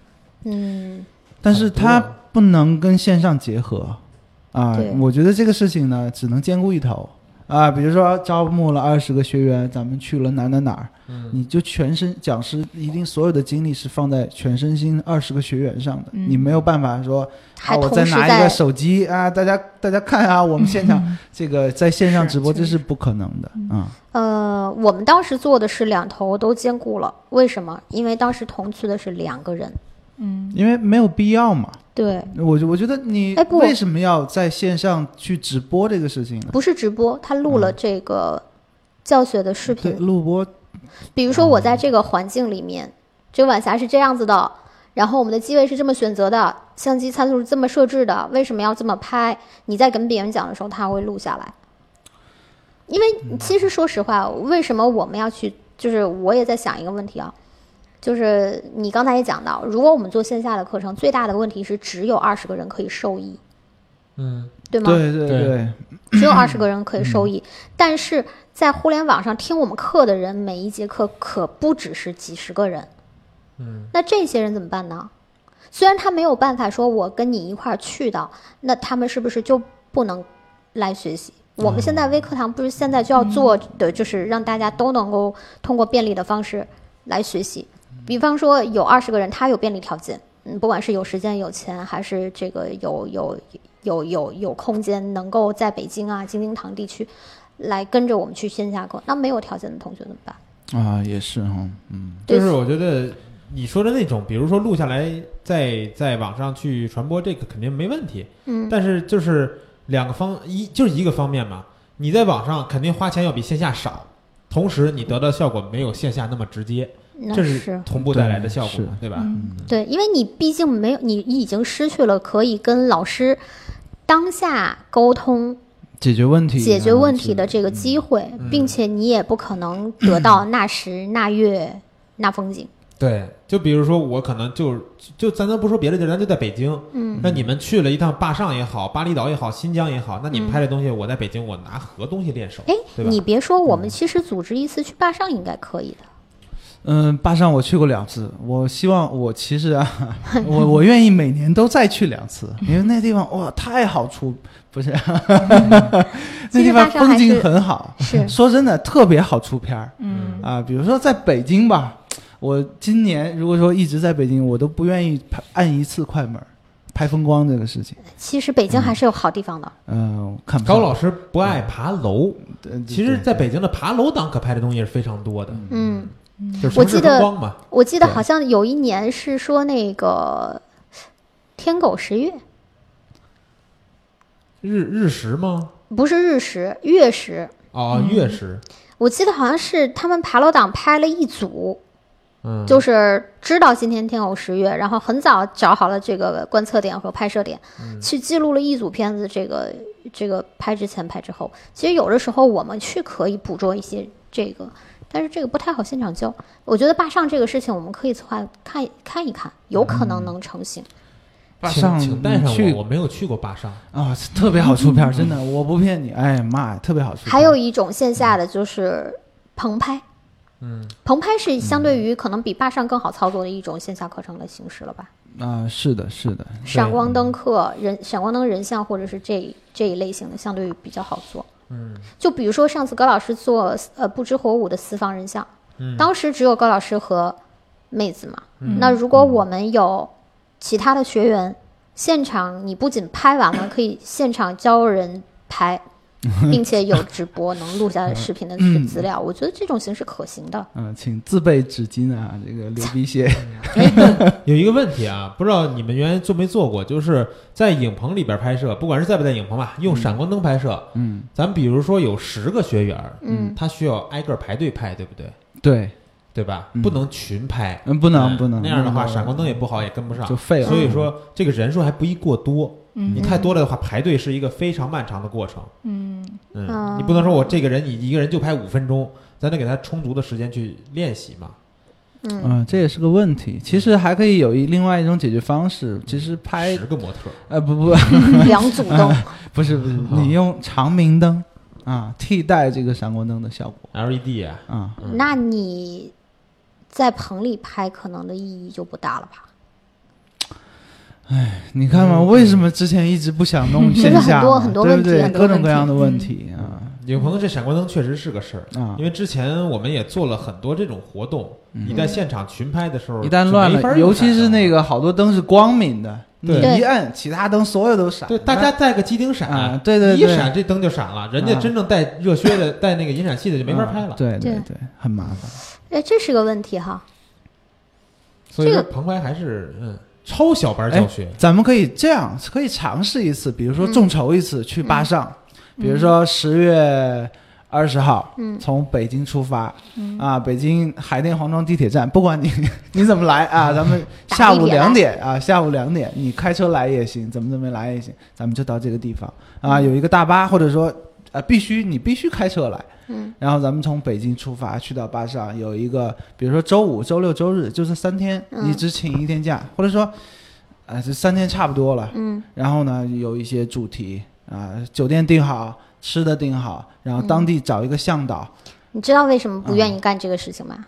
Speaker 2: 嗯
Speaker 4: 但是它不能跟线上结合啊
Speaker 2: 对。
Speaker 4: 我觉得这个事情呢，只能兼顾一头啊。比如说招募了二十个学员，咱们去了哪儿哪儿哪儿，
Speaker 1: 嗯
Speaker 4: 你就全身讲师一定所有的精力是放在全身心二十个学员上的，
Speaker 3: 嗯
Speaker 4: 你没有办法说啊，
Speaker 2: 还
Speaker 4: 我
Speaker 2: 同
Speaker 4: 再
Speaker 2: 时
Speaker 4: 拿一
Speaker 2: 在嗯
Speaker 4: 个手机啊，大家大家看 啊，我们现场、这个在线上直播
Speaker 3: 是
Speaker 4: 这是不可能的啊、
Speaker 2: 呃，我们当时做的是两头都兼顾了，为什么？因为当时同去的是两个人，
Speaker 3: 嗯
Speaker 4: 因为没有必要嘛。
Speaker 2: 对，
Speaker 4: 我就我觉得你
Speaker 2: 哎不
Speaker 4: 为什么要在线上去直播这个事情呢？
Speaker 2: 不是直播，他录了这个教学的视
Speaker 4: 嗯对，
Speaker 2: 频。
Speaker 4: 录播
Speaker 2: 比如说我在这个环境里面，这个晚霞是这样子的，然后我们的机位是这么选择的，相机参数是这么设置的，为什么要这么拍？你在跟别人讲的时候，他会录下来。因为其实说实话，为什么我们要去？就是我也在想一个问题啊，就是你刚才也讲到，如果我们做线下的课程，最大的问题是只有二十个人可以受益，
Speaker 1: 嗯，
Speaker 2: 对吗？
Speaker 4: 对对
Speaker 1: 对
Speaker 4: 对，
Speaker 2: 只有二十个人可以受益，但是在互联网上听我们课的人，每一节课可不只是几十个人。
Speaker 1: 嗯，
Speaker 2: 那这些人怎么办呢？虽然他没有办法说我跟你一块儿去到，那他们是不是就不能来学习？我们现在微课堂不是现在就要做的，就是让大家都能够通过便利的方式来学习。比方说有二十个人，他有便利条件，嗯，不管是有时间、有钱，还是这个有有有有有空间，能够在北京啊、京津唐地区来跟着我们去线下课。那没有条件的同学怎么办？
Speaker 4: 啊，也是哈，嗯，
Speaker 2: 对
Speaker 1: 就是我觉得你说的那种，比如说录下来在在网上去传播，这个肯定没问题。
Speaker 2: 嗯，
Speaker 1: 但是就是两个方一就是一个方面嘛，你在网上肯定花钱要比线下少，同时你得到的效果没有线下那么直接，
Speaker 2: 那
Speaker 1: 这
Speaker 2: 是
Speaker 1: 同步带来的效果
Speaker 4: 对
Speaker 1: 嘛，对吧？
Speaker 3: 嗯
Speaker 2: 对，因为你毕竟没有，你你已经失去了可以跟老师当下沟通、
Speaker 4: 解决问题，啊
Speaker 2: 解决问题的这个机会，
Speaker 1: 嗯
Speaker 2: 并且你也不可能得到那时、那月、那 风景。
Speaker 1: 对，就比如说我可能就就咱咱不说别的地儿，咱就在北京，
Speaker 2: 嗯，
Speaker 1: 那你们去了一趟坝上也好，巴厘岛也好，新疆也好，那你们
Speaker 2: 嗯
Speaker 1: 拍的东西，我在北京我拿何东西练手？
Speaker 2: 哎，
Speaker 1: 对吧嗯
Speaker 2: 你别说，我们其实组织一次去坝上应该可以的。
Speaker 4: 嗯，坝上我去过两次，我希望我其实啊， 我我愿意每年都再去两次， 因为那地方哇太好出，不是，
Speaker 2: 嗯
Speaker 4: 那地方风景很好，
Speaker 2: 是
Speaker 4: 说真的特别好出片儿
Speaker 3: 嗯
Speaker 4: 啊。比如说在北京吧，我今年如果说一直在北京，我都不愿意拍按一次快门儿拍风光这个事情。
Speaker 2: 其实北京还是有好地方的。
Speaker 4: 嗯、看不上
Speaker 1: 高老师不爱爬楼，
Speaker 4: 呃
Speaker 1: 其实
Speaker 4: 对
Speaker 1: 在北京的爬楼党可拍的东西是非常多的，
Speaker 2: 嗯，
Speaker 1: 就是什
Speaker 2: 我
Speaker 1: 么是
Speaker 2: 记
Speaker 1: 风
Speaker 2: 得
Speaker 1: 光嘛，
Speaker 2: 我记得
Speaker 4: 对
Speaker 2: 好像有一年是说那个天狗食月，
Speaker 1: 日日食吗？
Speaker 2: 不是日食，月食。
Speaker 1: 哦，
Speaker 2: 嗯
Speaker 1: 月食，
Speaker 2: 我记得好像是他们爬楼党拍了一组，
Speaker 1: 嗯，
Speaker 2: 就是知道今天天狗食月，然后很早找好了这个观测点和拍摄点，
Speaker 1: 嗯
Speaker 2: 去记录了一组片子。这个这个拍之前拍之后，其实有的时候我们去可以捕捉一些这个，但是这个不太好现场教。我觉得坝上这个事情，我们可以策划看看一看，有可
Speaker 1: 嗯
Speaker 2: 能能成型。
Speaker 4: 坝
Speaker 1: 请
Speaker 4: 上
Speaker 1: 请带上
Speaker 4: 你去
Speaker 1: 我，我没有去过坝上，
Speaker 4: 啊、特别好出片儿，真的，我不骗你，哎呀妈呀，特别好出片儿。
Speaker 2: 还有一种线下的就是棚拍，
Speaker 1: 嗯，
Speaker 2: 棚拍是相对于可能比坝上更好操作的一种线下课程的形式了吧？
Speaker 4: 啊、是的，是的，
Speaker 2: 闪光灯课、人闪光灯人像或者是这一这一类型的，相对于比较好做。
Speaker 1: 嗯，
Speaker 2: 就比如说上次高老师做呃不知火舞的私房人像，
Speaker 1: 嗯
Speaker 2: 当时只有高老师和妹子嘛。
Speaker 3: 嗯
Speaker 2: 那如果我们有其他的学员，现场你不仅拍完了，可以现场教人 拍，并且有直播能录下来视频的
Speaker 1: 嗯
Speaker 2: 资料，我觉得这种形式可行的。
Speaker 4: 嗯、请自备纸巾啊，这个流 鼻血。
Speaker 1: 有一个问题啊，不知道你们原来做没做过，就是在影棚里边拍摄，不管是在不在影棚吧，用闪光灯拍摄，
Speaker 4: 嗯，
Speaker 1: 咱们比如说有十个学员，
Speaker 2: 嗯，
Speaker 1: 他需要挨个排队拍，对不对？
Speaker 4: 对，
Speaker 1: 对吧？
Speaker 4: 嗯
Speaker 1: 不能群拍，
Speaker 4: 嗯，不能
Speaker 1: 嗯
Speaker 4: 不能，
Speaker 1: 那样的话，
Speaker 4: 不能
Speaker 1: 闪光灯也不好，也跟不上
Speaker 4: 就。废了。
Speaker 1: 所
Speaker 2: 嗯
Speaker 1: 以说，这个人数还不宜过多。你
Speaker 3: 嗯
Speaker 1: 太多了的话，排队是一个非常漫长的过程。
Speaker 3: 嗯
Speaker 1: 嗯，
Speaker 2: 嗯
Speaker 1: 你不能说我这个人你一个人就拍五分钟，咱得给他充足的时间去练习嘛。
Speaker 2: 嗯，
Speaker 4: 嗯，这也是个问题。其实还可以有一另外一种解决方
Speaker 1: 嗯
Speaker 4: 式，其实拍
Speaker 1: 十个模特，
Speaker 4: 呃不 不
Speaker 1: 嗯
Speaker 2: 两组灯，
Speaker 4: 不是 不是，你用长明灯啊替代这个闪光灯的效果
Speaker 1: LED 啊，
Speaker 4: 啊。
Speaker 1: 嗯
Speaker 2: 那你在棚里拍可能的意义就不大了吧？
Speaker 4: 你看
Speaker 1: 嗯
Speaker 4: 嘛，为什么之前一直不想弄线下 嘛，
Speaker 2: 很多很多问
Speaker 4: 对不
Speaker 2: 题
Speaker 4: 对？
Speaker 3: 很多
Speaker 4: 各种
Speaker 3: 问
Speaker 4: 各
Speaker 3: 题
Speaker 4: 样的问
Speaker 3: 嗯
Speaker 4: 题啊
Speaker 1: 有朋友这闪光灯确实是个事儿，
Speaker 4: 啊
Speaker 1: 因！为之前我们也做了很多这种活动，你
Speaker 2: 嗯
Speaker 1: 在现场群拍的时候，
Speaker 4: 嗯一旦乱
Speaker 1: 嗯没法
Speaker 4: 了，
Speaker 1: 用
Speaker 4: 尤其是
Speaker 1: 闪
Speaker 4: 那
Speaker 1: 光
Speaker 4: 个好多灯是光敏的，你
Speaker 1: 对
Speaker 4: 一按，其他灯所有都闪。
Speaker 1: 灯对大家带个机顶闪，
Speaker 4: 啊，对对
Speaker 1: 你
Speaker 4: 对，
Speaker 1: 一闪这灯就闪了，人家
Speaker 4: 啊
Speaker 1: 真正带热靴的、带那个引闪器的就没法拍
Speaker 4: 啊
Speaker 1: 了。
Speaker 4: 对对
Speaker 2: 对
Speaker 4: 对，很麻烦。
Speaker 2: 哎，这是个问题哈。
Speaker 1: 所以说
Speaker 2: 这
Speaker 1: 彭淮还是嗯超小班
Speaker 4: 哎
Speaker 1: 教学，
Speaker 4: 咱们可以这样，可以尝试一次，比
Speaker 2: 嗯
Speaker 4: 如说众筹一次、去巴上，比如说十月二十号。
Speaker 2: 嗯，
Speaker 4: 从北京出发、
Speaker 3: 嗯
Speaker 4: 啊，北京海淀黄庄地铁站，不管你 你怎么来啊，咱们
Speaker 2: 打
Speaker 4: 下午
Speaker 2: 地铁
Speaker 4: 两
Speaker 2: 来
Speaker 4: 点啊，下午两点你开车来也行，怎么怎么来也行，咱们就到这个地方啊，
Speaker 2: 嗯
Speaker 4: 有一个大巴，或者说啊，必须你必须开车来，
Speaker 2: 嗯，
Speaker 4: 然后咱们从北京出发去到巴上，有一个比如说周五、周六、周日，就是三天，
Speaker 2: 嗯
Speaker 4: 你只请一天假，或者说，啊，这三天差不多了，
Speaker 2: 嗯，
Speaker 4: 然后呢，有一些主题啊、酒店订好，吃的订好，然后
Speaker 2: 嗯
Speaker 4: 当地找一个向导。
Speaker 2: 你知道为什么不愿意干这个事情吗？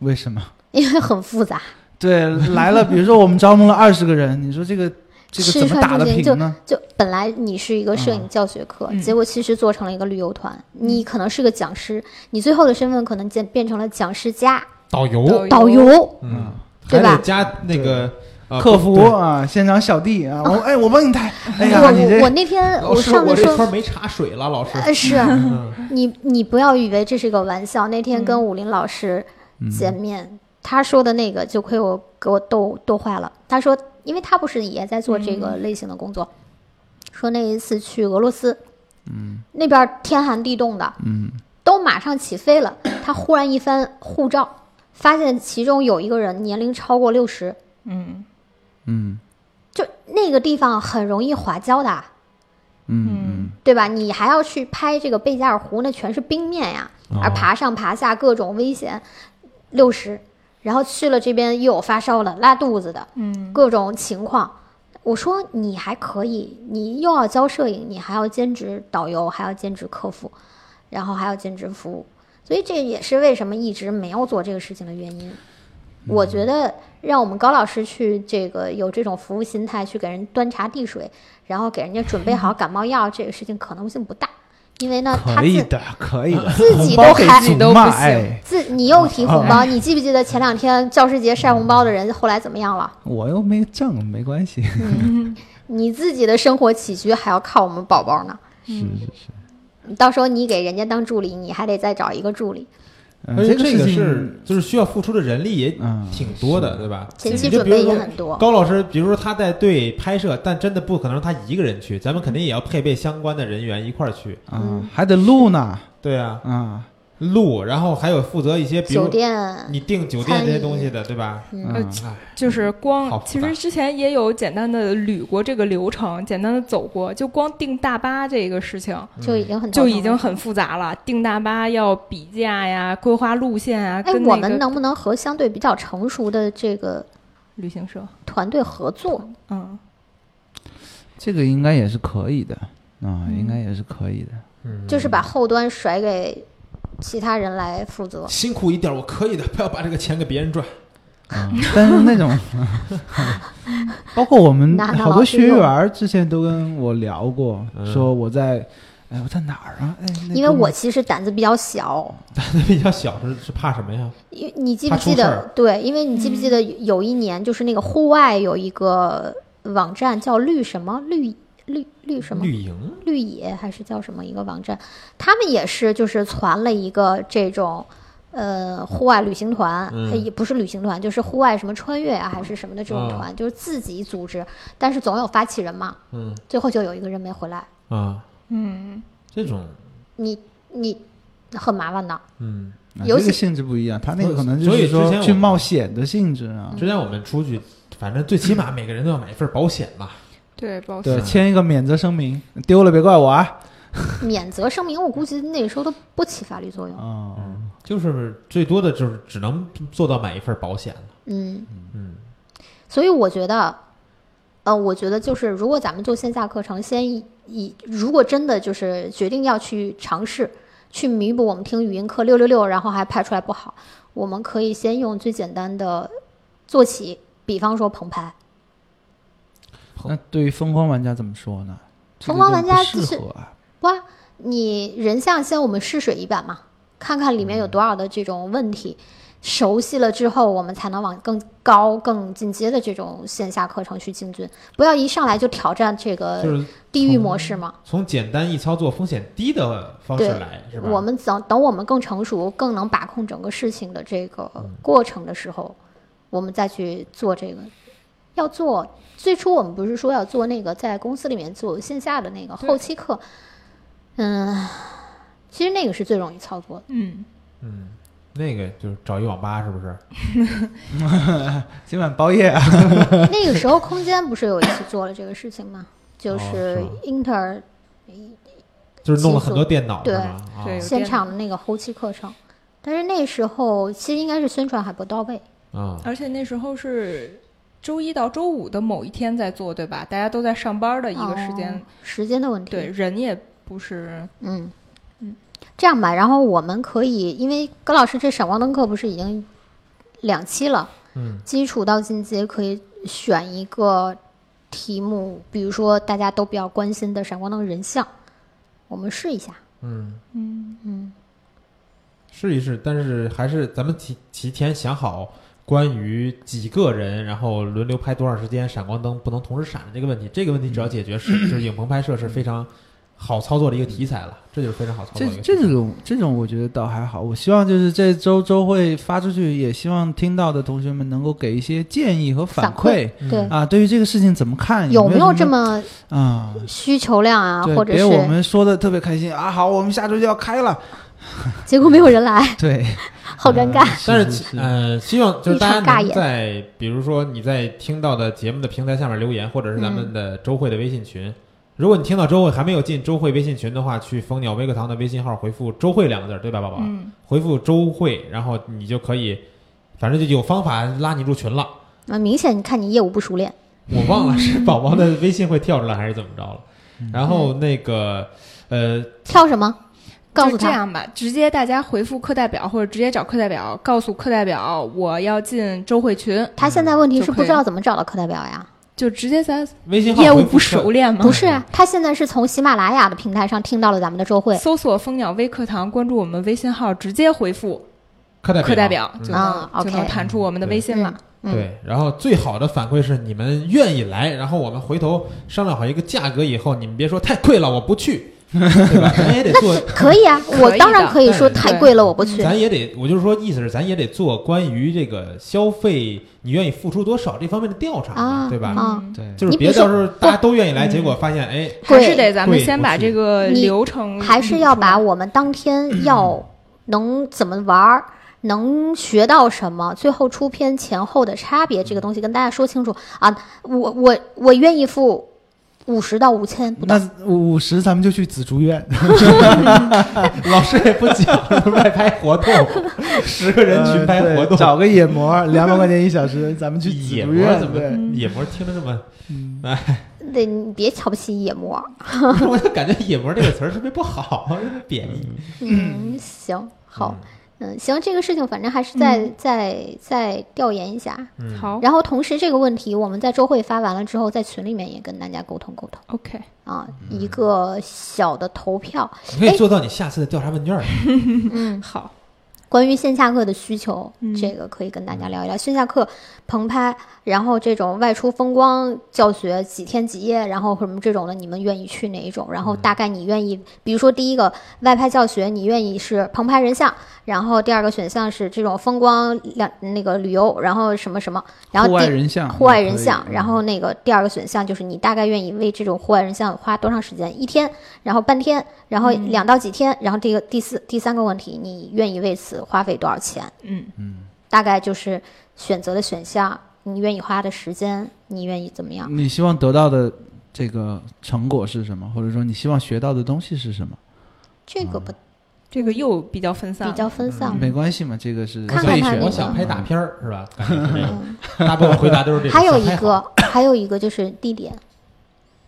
Speaker 4: 为什么？
Speaker 2: 因为很复杂，
Speaker 4: 对，来了，比如说我们招募了二十个人，你说这个这个
Speaker 2: 吃
Speaker 4: 怎
Speaker 2: 穿
Speaker 4: 么打
Speaker 2: 住
Speaker 4: 得
Speaker 2: 行
Speaker 4: 平呢？
Speaker 2: 就本来你是一个摄影教学课，
Speaker 3: 嗯
Speaker 2: 结果其实做成了一个旅游团。你可能是个讲师，你最后的身份可能变变成了讲师加
Speaker 1: 导
Speaker 3: 导
Speaker 1: 游，
Speaker 3: 游
Speaker 2: 导游。
Speaker 1: 嗯，还
Speaker 2: 对吧
Speaker 1: 得加那个呃
Speaker 4: 客服
Speaker 1: 对
Speaker 4: 啊，现场小弟啊，我哎，我帮你抬。哎呀，
Speaker 2: 哦我
Speaker 4: 你
Speaker 2: 我
Speaker 4: 这
Speaker 2: 我那天
Speaker 1: 老
Speaker 2: 我
Speaker 1: 师，
Speaker 2: 上
Speaker 1: 我
Speaker 2: 次
Speaker 1: 这
Speaker 2: 说
Speaker 1: 圈儿没茶水了，老师。
Speaker 2: 呃，是
Speaker 1: 嗯
Speaker 2: 你，你不要以为这是个玩笑。那天跟武林老师见面，他说的那个就亏我给我逗逗坏了。他说，因为他不是也在做这个类型的工作，说那一次去俄罗斯，嗯，那边儿天寒地冻的，嗯，都马上起飞了，他忽然一翻护照，发现其中有一个人年龄超过六十，
Speaker 3: 嗯
Speaker 4: 嗯
Speaker 2: 就那个地方很容易滑跤的啊。
Speaker 4: 嗯
Speaker 3: 嗯
Speaker 2: 对吧？你还要去拍这个贝加尔湖，那全是冰面呀，
Speaker 1: 哦
Speaker 2: 而爬上爬下各种危险，六十，然后去了这边又有发烧的、拉肚子的
Speaker 3: 嗯
Speaker 2: 各种情况。我说你还可以，你又要教摄影，你还要兼职导游，还要兼职客服，然后还要兼职服务，所以这也是为什么一直没有做这个事情的原因。
Speaker 4: 嗯
Speaker 2: 我觉得让我们高老师去这个有这种服务心态，去给人端茶递水，然后给人家准备好感冒药，这个事情可能性不大，因为呢，他
Speaker 4: 可以
Speaker 2: 自
Speaker 4: 的，啊可以的，
Speaker 2: 自己都
Speaker 4: 红包给
Speaker 2: 还
Speaker 4: 足
Speaker 3: 都
Speaker 4: 嘛
Speaker 3: 不行
Speaker 4: 哎，
Speaker 2: 自你又提红
Speaker 1: 啊
Speaker 2: 包，你记不记得前两天教师节晒红包的人后来怎么样了？
Speaker 4: 我又没挣，没关系。
Speaker 2: 你自己的生活起居还要靠我们宝宝呢。
Speaker 4: 是是是，
Speaker 2: 到时候你给人家当助理，你还得再找一个助理，
Speaker 4: 嗯
Speaker 1: 而且这
Speaker 4: 事
Speaker 1: 个
Speaker 4: 情
Speaker 1: 是就是需要付出的人力也
Speaker 4: 嗯
Speaker 1: 挺多的，
Speaker 4: 是
Speaker 1: 对吧？
Speaker 2: 前
Speaker 1: 你
Speaker 2: 期
Speaker 1: 就
Speaker 2: 准
Speaker 1: 比如
Speaker 2: 备也
Speaker 1: 说
Speaker 2: 很多。
Speaker 1: 高老师，比如说他在队拍摄，但真的不可能是他一个人去，咱们肯定也要配备相关的人员一块儿去。
Speaker 4: 啊，
Speaker 2: 嗯
Speaker 4: 还得录呢
Speaker 1: 对啊，
Speaker 4: 啊，
Speaker 1: 录，然后还有负责一些，比
Speaker 2: 酒
Speaker 1: 如嗯
Speaker 2: 店，
Speaker 1: 你订酒店这些东西的，对吧？
Speaker 4: 嗯
Speaker 3: 呃
Speaker 1: 哎，
Speaker 3: 就是
Speaker 1: 好
Speaker 3: 光，
Speaker 1: 复
Speaker 3: 其
Speaker 1: 杂
Speaker 3: 实之前也有简单的捋过这个流程，简单的走过，就光订大巴这个事情
Speaker 2: 就已经很头
Speaker 3: 就
Speaker 2: 疼
Speaker 3: 已经
Speaker 2: 了
Speaker 3: 很复杂了，订大巴要比价呀，规划路线啊，
Speaker 2: 哎，
Speaker 3: 跟
Speaker 2: 我
Speaker 3: 那
Speaker 2: 们
Speaker 3: 个
Speaker 2: 能不能和相对比较成熟的这个
Speaker 3: 旅行社，
Speaker 2: 团队合作？
Speaker 3: 嗯，
Speaker 4: 这个应该也是可以的啊，
Speaker 3: 嗯
Speaker 4: 应该也是可以的。
Speaker 1: 嗯
Speaker 2: 就是把后端甩给其他人来负责。
Speaker 1: 辛苦一点，我可以的，不要把这个钱给别人赚。
Speaker 4: 啊， 但是那种， 包括我 们
Speaker 2: 拿拿
Speaker 4: 好
Speaker 2: 老
Speaker 4: 多
Speaker 2: 师
Speaker 4: 学
Speaker 2: 用
Speaker 4: 员儿之前都跟我聊过，
Speaker 1: 嗯
Speaker 4: 说我在，哎，我在哪儿啊？哎，那
Speaker 2: 因为
Speaker 4: 哥们
Speaker 2: 我
Speaker 4: 儿
Speaker 2: 其实胆子比较小，
Speaker 1: 那比较小是是怕什么呀？
Speaker 2: 因你记
Speaker 1: 怕
Speaker 2: 不
Speaker 1: 出
Speaker 2: 记
Speaker 1: 事
Speaker 2: 得
Speaker 1: 儿？
Speaker 2: 对，因为你记不记得有一年就是那个户外有一个网站叫绿什么绿绿绿什么
Speaker 1: 绿营
Speaker 2: 绿野还是叫什么一个网站，他们也是就是传了一个这种。呃，户外旅行团、
Speaker 1: 嗯
Speaker 2: 呃也不是旅行团，就是户外什么穿越啊，还是什么的这种团，就是自己组织，但是总有发起人嘛。
Speaker 1: 嗯
Speaker 2: 最后就有一个人没回来，
Speaker 1: 啊，
Speaker 3: 嗯，
Speaker 1: 这种
Speaker 2: 你你很麻烦的。
Speaker 1: 嗯，
Speaker 4: 啊
Speaker 2: 尤
Speaker 4: 这
Speaker 2: 其
Speaker 4: 个性质不一样，他那个可能就
Speaker 1: 所以
Speaker 4: 是
Speaker 1: 之前
Speaker 4: 说
Speaker 1: 我
Speaker 4: 去冒险的性质啊，
Speaker 2: 嗯
Speaker 1: 之前嗯我们出去，反正最起码每个人都要买一份保险嘛。
Speaker 3: 对，包
Speaker 4: 对，
Speaker 1: 是
Speaker 4: 签一个免责声明，丢了别怪我啊。
Speaker 2: 免责声明，我估计那个时候都不起法律作
Speaker 1: 啊
Speaker 2: 用。
Speaker 4: 哦，
Speaker 1: 嗯就是最多的就是只能做到买一份保险了。
Speaker 2: 嗯，
Speaker 1: 嗯，
Speaker 2: 所以我觉得，呃，我觉得就是如果咱们做线下课程，先以以如果真的就是决定要去尝试，去弥补我们听语音课六六六，然后还拍出来不好，我们可以先用最简单的做起，比方说棚拍。
Speaker 4: 那对于疯狂玩家怎么说呢？这个
Speaker 2: 疯狂
Speaker 4: 就
Speaker 2: 玩
Speaker 4: 不
Speaker 2: 家就
Speaker 4: 适
Speaker 2: 是
Speaker 4: 合啊，
Speaker 2: 哇，你人像先我们试水一版嘛，看看里面有多少的这种问题，熟悉了之后，我们才能往更高、更进阶的这种线下课程去进军。不要一上来就挑战这
Speaker 1: 就
Speaker 2: 个
Speaker 1: 是
Speaker 2: 地狱模式嘛。
Speaker 1: 从简单易操作、风险低的方式
Speaker 2: 对
Speaker 1: 来，是吧？
Speaker 2: 我
Speaker 1: 嗯
Speaker 2: 们等等我们更成熟、更能把控整个事情的这个过程的时候，我们再去做这个。要做最初我们不是说要做那个在公司里面做线下的那个
Speaker 3: 对
Speaker 2: 后期课，嗯，其实那个是最容易操作的。
Speaker 3: 嗯，
Speaker 1: 嗯，那个就是找一网吧，是不是？
Speaker 4: 今晚包夜啊，
Speaker 2: 那个时候空间不是有一次做了这个事情吗？就
Speaker 1: 哦是
Speaker 2: 是
Speaker 1: 吗
Speaker 2: Inter
Speaker 1: 就是弄了很多电脑，是吗？啊
Speaker 3: 对
Speaker 2: 现场的那个后期课程，但是那时候其实应该是宣传还不到位。
Speaker 1: 啊，
Speaker 3: 而且那时候是周一到周五的某一天在做，对吧？大家都在上班的一个时间，
Speaker 2: 哦时间的问题。
Speaker 3: 对，，人也不是，
Speaker 2: 嗯
Speaker 3: 嗯，
Speaker 2: 这样吧，然后我们可以，因为葛老师这闪光灯课不是已经两期了，
Speaker 1: 嗯，
Speaker 2: 基础到进阶可以选一个题目，比如说大家都比较关心的闪光灯人像，我们试一下。
Speaker 1: 嗯，
Speaker 3: 嗯，
Speaker 2: 嗯，
Speaker 1: 试一试，但是还是咱们提提前想好关于几个人，然后轮流拍多长时间，闪光灯不能同时闪的这个问题。这个问题只要解决是， 就是影棚拍摄是非常好操作的一个题材了，这就是非常好操作
Speaker 4: 这
Speaker 1: 的一个题材。
Speaker 4: 这种这种我觉得倒还好，我希望就是这周周会发出去，也希望听到的同学们能够给一些建议和反馈
Speaker 1: 嗯
Speaker 2: 对，
Speaker 4: 啊，对于这个事情怎么看，
Speaker 2: 有
Speaker 4: 没
Speaker 2: 没有
Speaker 4: 什
Speaker 2: 这
Speaker 4: 么
Speaker 2: 么
Speaker 4: 啊？
Speaker 2: 需求量啊，
Speaker 4: 对，
Speaker 2: 或者
Speaker 4: 别我
Speaker 2: 是
Speaker 4: 们说的特别开心啊！好，我们下周就要 开了，
Speaker 2: 结果没有人来，
Speaker 4: 对，
Speaker 2: 好尴尬。
Speaker 3: 嗯
Speaker 4: 呃
Speaker 1: 但
Speaker 4: 是
Speaker 1: 是其，呃，希望就是大
Speaker 2: 一场
Speaker 1: 家
Speaker 2: 尬
Speaker 1: 能
Speaker 2: 演
Speaker 1: 在，比如说你在听到的节目的平台下面留言，或者是咱们的周会的微信群。如果你听到周会还没有进周会微信群的话，去蜂鸟微课堂的微信号回复“周会”两个字儿，对吧，宝宝？
Speaker 3: 嗯，
Speaker 1: 回复“周会”，然后你就可以，反正就有方法拉你入群了。
Speaker 2: 那明显你看你业务不熟练，
Speaker 1: 我忘了 是宝宝的微信会跳出来还是怎么着了。然后那个，呃，
Speaker 2: 跳什么？告
Speaker 3: 就
Speaker 2: 诉
Speaker 3: 这
Speaker 2: 他，
Speaker 3: 样吧，直接大家回复课代表，或者直接找课代表，告诉课代表我要进周会群，
Speaker 2: 他现在问题
Speaker 3: 就是可
Speaker 2: 不
Speaker 3: 以
Speaker 2: 知道怎么找到课代表呀？
Speaker 3: 就直接在
Speaker 1: 微信号
Speaker 3: 业务
Speaker 1: 回复
Speaker 3: 不熟练吗？
Speaker 2: 不是啊，他现在是从喜马拉雅的平台上听到了咱们的周会
Speaker 3: 搜索“蜂鸟微课堂”，关注我们微信号，直接回复
Speaker 1: 课代表，
Speaker 3: 课代表，
Speaker 1: 嗯
Speaker 3: 就能、
Speaker 2: 啊
Speaker 3: 就
Speaker 2: OK
Speaker 3: 能弹出我们的微信了。
Speaker 2: 嗯
Speaker 1: 对，然后最好的反馈是你们愿意来，然后我们回头商量好一个价格以后，你们别说太贵了，我不 去，对吧？咱也得做，嗯
Speaker 2: 可以啊，我
Speaker 3: 可以
Speaker 2: 当然
Speaker 3: 的
Speaker 2: 可以说
Speaker 1: 对
Speaker 2: 太
Speaker 3: 对
Speaker 2: 贵了，我不去。
Speaker 1: 咱也得，我就是说，意思是咱也得做关于这个消费你愿意付出多少这方面的调查嘛，
Speaker 2: 啊
Speaker 1: 对吧？
Speaker 2: 啊
Speaker 4: 对，
Speaker 1: 就是
Speaker 2: 你
Speaker 1: 别
Speaker 2: 比如
Speaker 1: 到
Speaker 2: 说
Speaker 1: 时候大家都愿意来，结果发现 哎，
Speaker 3: 嗯还
Speaker 2: 贵
Speaker 3: 是得咱们
Speaker 1: 贵
Speaker 3: 先
Speaker 1: 不
Speaker 3: 把
Speaker 1: 是
Speaker 3: 这个
Speaker 2: 你
Speaker 3: 流程，
Speaker 2: 还是要把我们当天要能怎么玩儿，能学到什么，最后出片前后的差别这个东西跟大家说清楚啊！我我我愿意付五十到五千不等，
Speaker 4: 那五十咱们就去紫竹院，
Speaker 1: 老师也不讲 外拍活动，十个人群拍活
Speaker 4: 呃对
Speaker 1: 动，
Speaker 4: 找个野 模，两百块钱一小时，咱们去紫
Speaker 1: 呃野
Speaker 4: 竹
Speaker 1: 模
Speaker 4: 院，
Speaker 1: 怎么
Speaker 2: 嗯
Speaker 4: 对，
Speaker 1: 野模听着这么，
Speaker 4: 嗯
Speaker 2: 对，你别瞧不起野模。
Speaker 1: 我就感觉野模这个词儿特别不好，特别贬义。
Speaker 2: 嗯，行，好，嗯，行，这个事情反正还是再再再调研一下。
Speaker 1: 嗯，嗯，
Speaker 3: 好
Speaker 2: 然后同时这个问题，我们在周会发完了之后，在群里面也跟大家沟通沟通
Speaker 3: OK，
Speaker 2: 啊，一个小的投票，
Speaker 1: 你可以做到你下次的调查问卷儿。
Speaker 2: 嗯，
Speaker 3: 好，
Speaker 2: 关于线下课的需求，
Speaker 3: 嗯
Speaker 2: 这个可以跟大家聊一聊。线下课棚拍，然后这种外出风光教学几天几夜，然后什么这种的，你们愿意去哪一种？然后大概你愿意，比如说第一个外拍教学，你愿意是棚拍人像，然后第二个选项是这种风光两那个旅游，然后什么什么，然后
Speaker 4: 户外
Speaker 2: 第。
Speaker 4: 人像，
Speaker 2: 户外人
Speaker 4: 啊可以嗯
Speaker 2: 像，然后那个第二个选项就是你大概愿意为这种户外人像花多长时间？一天，然后半天，然后两到几天，然后这个第四第三个问题，你愿意为此花费多少钱？
Speaker 3: 嗯，
Speaker 2: 大概就是选择的选项，你愿意花的时间，你愿意怎么样？
Speaker 4: 嗯你希望得到的这个成果是什么，或者说你希望学到的东西是什么？
Speaker 2: 这个不
Speaker 3: 这个又比较分散，
Speaker 2: 比较分散。
Speaker 4: 没关系嘛，这个是
Speaker 2: 看
Speaker 1: 看
Speaker 4: 备
Speaker 2: 他
Speaker 4: 选
Speaker 2: 那
Speaker 4: 的。
Speaker 1: 我
Speaker 2: 个
Speaker 1: 想拍打片儿 是吧？ 感觉是这个
Speaker 2: 嗯，
Speaker 1: 大部分回答都是这个。
Speaker 2: 还有
Speaker 1: 想
Speaker 2: 一
Speaker 1: 拍好，
Speaker 2: 个，还有一个就是地点，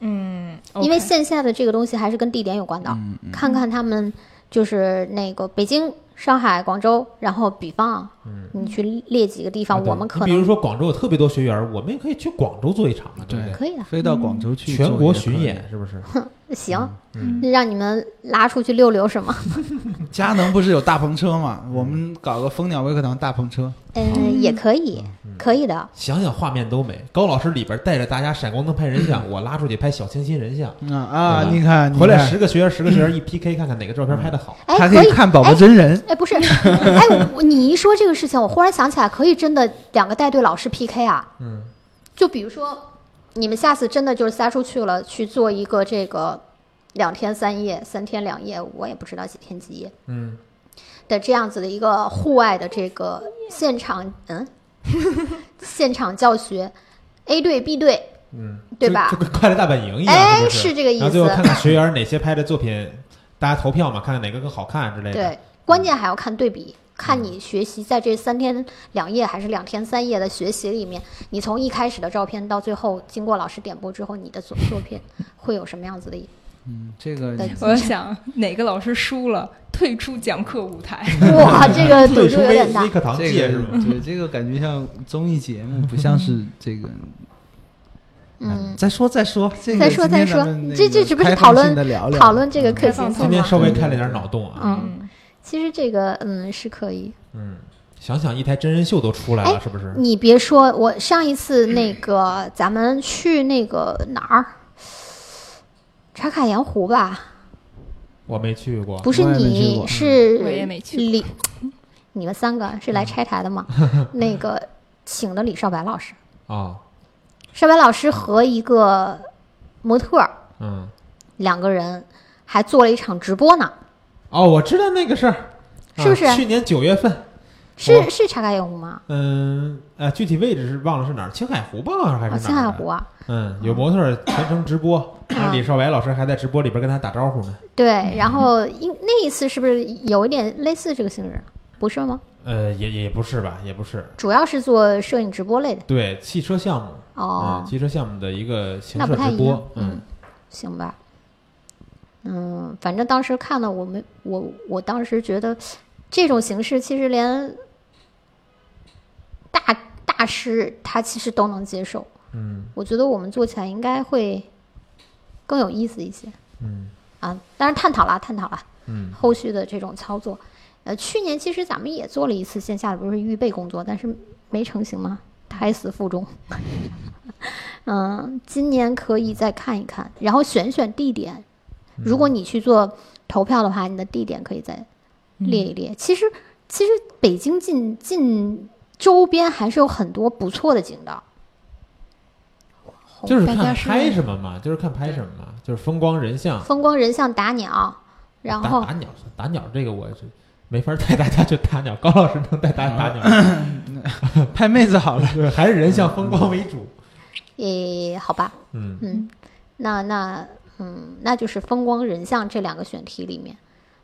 Speaker 3: 嗯，
Speaker 2: 因为
Speaker 3: OK
Speaker 2: 线下的这个东西还是跟地点有关的。
Speaker 4: 嗯嗯，
Speaker 2: 看看他们就是那个北京、上海、广州，然后比方啊
Speaker 1: 嗯
Speaker 2: 你去列几个地
Speaker 1: 啊
Speaker 2: 方，
Speaker 1: 对
Speaker 2: 我们可
Speaker 1: 你比如
Speaker 2: 能
Speaker 1: 说广州有特别多学员，我们也可以去广州做一场嘛，对不对？
Speaker 4: 对
Speaker 2: 可以的。啊
Speaker 4: 飞到广州去
Speaker 1: 全国
Speaker 4: 做也可以
Speaker 1: 巡，演是不 是？
Speaker 2: 行，
Speaker 1: 嗯
Speaker 2: 让你们拉出去溜溜是吗？
Speaker 4: 嗯佳能不是有大篷车嘛？我们搞个蜂鸟微课堂大篷车，
Speaker 2: 嗯，也可以。
Speaker 1: 嗯，
Speaker 2: 可以的，
Speaker 1: 想想画面都美。高老师里边带着大家闪光灯拍人像，我拉出去拍小清新人像，
Speaker 4: 啊啊！
Speaker 1: 嗯
Speaker 4: 你看，你
Speaker 1: 回来
Speaker 4: 看
Speaker 1: 十个学员十个学员一 PK，看看哪个照片拍的好。
Speaker 2: 哎，
Speaker 4: 嗯还
Speaker 2: 可
Speaker 4: 可以看宝宝
Speaker 2: 哎
Speaker 4: 真人，
Speaker 2: 哎，不是，哎，我你一说这个事情，我忽然想起来，可以真的两个带队老师 PK 啊。
Speaker 1: 嗯，
Speaker 2: 就比如说，你们下次真的就是撒出去了，去做一个这个两天三夜、三天两夜，我也不知道几天几夜
Speaker 1: 嗯，
Speaker 2: 的这样子的一个户外的这个现场，嗯， 现场教学，A 队、B 队，
Speaker 1: 嗯，
Speaker 2: 对
Speaker 1: 就
Speaker 2: 吧
Speaker 1: 就跟快乐大本营一样，
Speaker 2: 哎，
Speaker 1: 是不
Speaker 2: 这个意
Speaker 1: 然后最后看
Speaker 2: 思。
Speaker 1: 看学员哪些拍的作品，大家投票嘛，看看哪个更嗯好看之类的。，
Speaker 2: 对，关键还要看对比，看你学习在这三天两夜还是两天三夜的学习里面，你从一开始的照片到最后经过老师点播之后，你的作作品会有什么样子 的一？
Speaker 4: 嗯，这个
Speaker 2: 对
Speaker 3: 我想哪个老师输了，退出讲课舞台。
Speaker 2: 哇，这个赌
Speaker 1: 退
Speaker 2: 注
Speaker 1: 出
Speaker 2: 有
Speaker 1: 微
Speaker 2: 点
Speaker 1: 微
Speaker 2: 大。
Speaker 1: 课堂
Speaker 4: 这
Speaker 1: 界
Speaker 4: 个
Speaker 1: 是吗？
Speaker 4: 对这个感觉像综艺节目，不像是这个。
Speaker 2: 嗯，
Speaker 4: 再说再说，这个
Speaker 2: 再说
Speaker 4: 今
Speaker 2: 再
Speaker 4: 天
Speaker 2: 说
Speaker 4: 咱们那
Speaker 2: 这
Speaker 4: 个
Speaker 2: 这只不是
Speaker 4: 开放
Speaker 2: 讨论
Speaker 4: 性地聊聊
Speaker 2: 讨论这个
Speaker 1: 嗯
Speaker 2: 可
Speaker 3: 开
Speaker 2: 行
Speaker 3: 放
Speaker 2: 性
Speaker 1: 今天
Speaker 2: 吗？
Speaker 1: 稍微开了点脑洞啊，
Speaker 2: 嗯，其实这个嗯是可以。
Speaker 1: 嗯，想想一台真人秀都出来了，
Speaker 2: 哎
Speaker 1: 是不是？
Speaker 2: 你别说，我上一次那个咱们去那个哪儿，茶卡盐湖吧，
Speaker 1: 我没去过，
Speaker 2: 不是
Speaker 4: 哦我也没去
Speaker 2: 你
Speaker 4: 过，
Speaker 2: 是
Speaker 3: 我也没去过
Speaker 2: 李，你们三个是来拆台的 吗？那个请的李少白老师，
Speaker 1: 啊，
Speaker 2: 少白老师和一个模特儿
Speaker 1: 嗯，
Speaker 2: 两个人还做了一场直播呢，
Speaker 1: 哦，我知道那个事儿，
Speaker 2: 是不是
Speaker 1: 啊去年九月份，
Speaker 2: 是
Speaker 1: 哦
Speaker 2: 是茶卡盐湖吗？
Speaker 1: 嗯，呃，具体位置是忘了是哪儿，青海湖吧，还是
Speaker 2: 啊，
Speaker 1: 哪儿？
Speaker 2: 青海湖。啊，
Speaker 1: 嗯，有模特儿全程直播，然后李少白老师还在直播里边跟他打招呼呢。
Speaker 4: 嗯
Speaker 2: 对，然后因那一次是不是有一点类似这个性质？不是吗？
Speaker 1: 呃，也也不是吧，也不是，
Speaker 2: 主要是做摄影直播类的
Speaker 1: 对，汽车项目，
Speaker 2: 哦
Speaker 1: 嗯，，汽车项目的一个形
Speaker 2: 那
Speaker 1: 式
Speaker 2: 不太
Speaker 1: 直
Speaker 2: 一样
Speaker 1: 播，，嗯
Speaker 2: 嗯，行吧。嗯，反正当时看了，我们我我当时觉得这种形式其实连大大师他其实都能接受。
Speaker 1: 嗯
Speaker 2: 我觉得我们做起来应该会更有意思一些
Speaker 1: 嗯
Speaker 2: 啊。当然探讨啦，探讨啦，
Speaker 1: 嗯
Speaker 2: 后续的这种操作。呃，去年其实咱们也做了一次线下的，不是预备工作，但是没成型嘛，胎死腹中。嗯，今年可以再看一看，然后选选地点。如果你去做投票的话，你的地点可以再列一列。其实，其实北京近近周边还是有很多不错的景的。
Speaker 1: 就是
Speaker 3: 大家
Speaker 1: 看
Speaker 3: 是
Speaker 1: 拍什么嘛，就是看拍什么嘛，就是风光人像，
Speaker 2: 风光人像打鸟，然
Speaker 1: 打
Speaker 2: 后
Speaker 1: 打鸟，打鸟这个我是没法带大家去打鸟，高老师能带大家打鸟，
Speaker 4: 嗯拍妹子好了。
Speaker 1: 对，还是人像风光为主，
Speaker 2: 诶，好吧，
Speaker 1: 嗯
Speaker 2: 嗯，那那嗯，那就是风光人像这两个选题里面，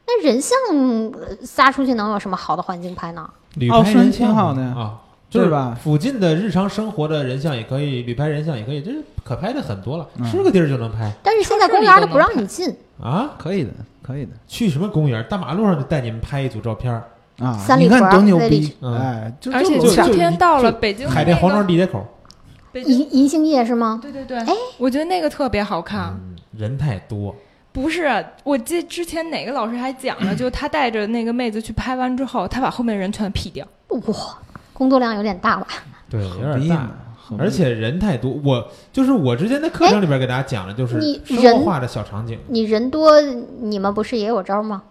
Speaker 2: 那人像呃撒出去能有什么好的环境拍呢？
Speaker 1: 旅
Speaker 4: 哦
Speaker 1: 拍人
Speaker 4: 说挺
Speaker 1: 像
Speaker 4: 好
Speaker 1: 嘛
Speaker 4: 的呀
Speaker 1: 啊，
Speaker 4: 对
Speaker 1: 就是
Speaker 4: 吧
Speaker 1: 附近的日常生活的人像也可以，旅拍人像也可以，这是可拍的很多了，
Speaker 4: 嗯
Speaker 1: 是个地儿就能拍
Speaker 2: 但是现在
Speaker 3: 超市
Speaker 2: 公
Speaker 3: 里
Speaker 2: 园儿
Speaker 3: 都
Speaker 2: 里不
Speaker 3: 能
Speaker 2: 让你进，
Speaker 1: 啊。
Speaker 4: 可以的，可以的
Speaker 1: 去什么公园？大马路上就带你们拍一组照片儿，
Speaker 4: 啊！
Speaker 2: 三里
Speaker 4: 你看
Speaker 2: 屯
Speaker 4: 多牛
Speaker 2: 那里
Speaker 4: 逼！
Speaker 1: 嗯
Speaker 4: 哎，就
Speaker 3: 而且
Speaker 4: 就
Speaker 1: 就
Speaker 3: 秋
Speaker 1: 就
Speaker 3: 天到了，
Speaker 1: 就
Speaker 3: 北京的
Speaker 1: 海淀
Speaker 3: 那
Speaker 1: 黄
Speaker 3: 个
Speaker 1: 庄地铁口，
Speaker 3: 北京
Speaker 2: 银银杏叶是吗？
Speaker 3: 对对对，
Speaker 2: 哎
Speaker 3: 我觉得那个特别好看。
Speaker 2: 啊
Speaker 1: 嗯，人太多，
Speaker 3: 不是，啊我记之前哪个老师还讲了，就他带着那个妹子去拍完之后，他把后面人全 P 掉。
Speaker 2: 哇，工作量有点大吧？
Speaker 1: 对，有
Speaker 4: 何
Speaker 1: 点
Speaker 4: 必
Speaker 1: 大
Speaker 4: 呢。何必
Speaker 1: 而且人太多，我就是我之前在课程里边给大家讲的，就是
Speaker 2: 哎你
Speaker 1: 生
Speaker 2: 人
Speaker 1: 活化的小场景。
Speaker 2: 你人多，你们不是也有招儿吗？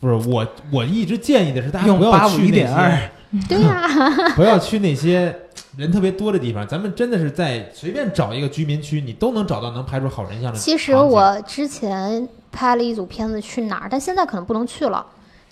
Speaker 1: 不是我，我一直建议的是大家
Speaker 4: 用
Speaker 1: 不要去那些
Speaker 4: 851.2，
Speaker 2: 对呀、
Speaker 1: 不要去那些人特别多的地方。咱们真的是在随便找一个居民区，你都能找到能拍出好人像的场景。
Speaker 2: 其实我之前拍了一组片子去哪儿，但现在可能不能去了，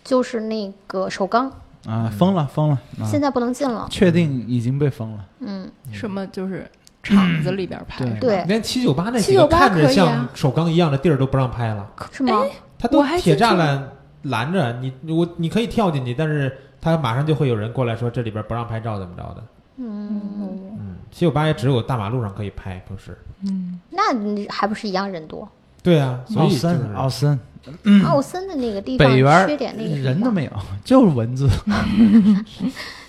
Speaker 2: 就是那个首钢，
Speaker 4: 啊，封了封了，啊
Speaker 2: 现在不能进了。
Speaker 4: 确定已经被封了。
Speaker 2: 嗯，
Speaker 3: 什么就是厂子里边拍，
Speaker 4: 对
Speaker 2: 对，
Speaker 1: 连七九八那几个
Speaker 3: 798
Speaker 1: 看着
Speaker 3: 可以
Speaker 1: 像
Speaker 3: 啊
Speaker 1: 首钢一样的地儿都不让拍了，
Speaker 2: 是吗？
Speaker 1: 他都
Speaker 3: 我还
Speaker 1: 铁
Speaker 3: 记
Speaker 1: 栅
Speaker 3: 住
Speaker 1: 栏拦着你，我你可以跳进去，但是他马上就会有人过来说这里边不让拍照，怎么着的。
Speaker 2: 嗯，
Speaker 1: 嗯，七九八也只有大马路上可以拍，平时。
Speaker 3: 嗯，
Speaker 2: 那你还不是一样人多？
Speaker 1: 对啊，所
Speaker 4: 奥
Speaker 1: 以就是
Speaker 4: 森，奥森，
Speaker 2: 奥森的那个地方
Speaker 4: 北园儿
Speaker 2: 缺点那个地
Speaker 4: 人都
Speaker 2: 方
Speaker 4: 没有，就是蚊子。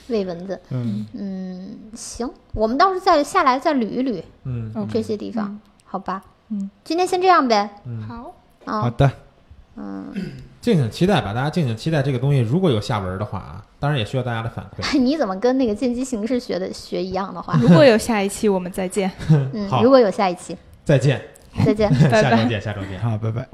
Speaker 2: 喂蚊子。
Speaker 4: 嗯，
Speaker 2: 嗯，行，我们到时候再下来再捋一捋
Speaker 1: 嗯
Speaker 3: 嗯
Speaker 2: 这些地方，好吧？
Speaker 3: 嗯，
Speaker 2: 今天先这样呗。
Speaker 1: 嗯，
Speaker 3: 好，
Speaker 2: 啊、
Speaker 4: 好的，
Speaker 2: 嗯，
Speaker 1: 敬请期待吧，大家敬请期待这个东西。如果有下文的话啊，当然也需要大家的反馈。
Speaker 2: 你怎么跟那个见机行事学的学一样的
Speaker 1: 嗯
Speaker 2: 话？
Speaker 3: 如果有下一期，我们再见。
Speaker 2: 嗯
Speaker 1: 好，
Speaker 2: 如果有下一期，
Speaker 1: 再见，
Speaker 2: 再见。
Speaker 3: 拜
Speaker 1: 下周
Speaker 3: 拜
Speaker 1: 见，下周见。
Speaker 4: 好，拜拜。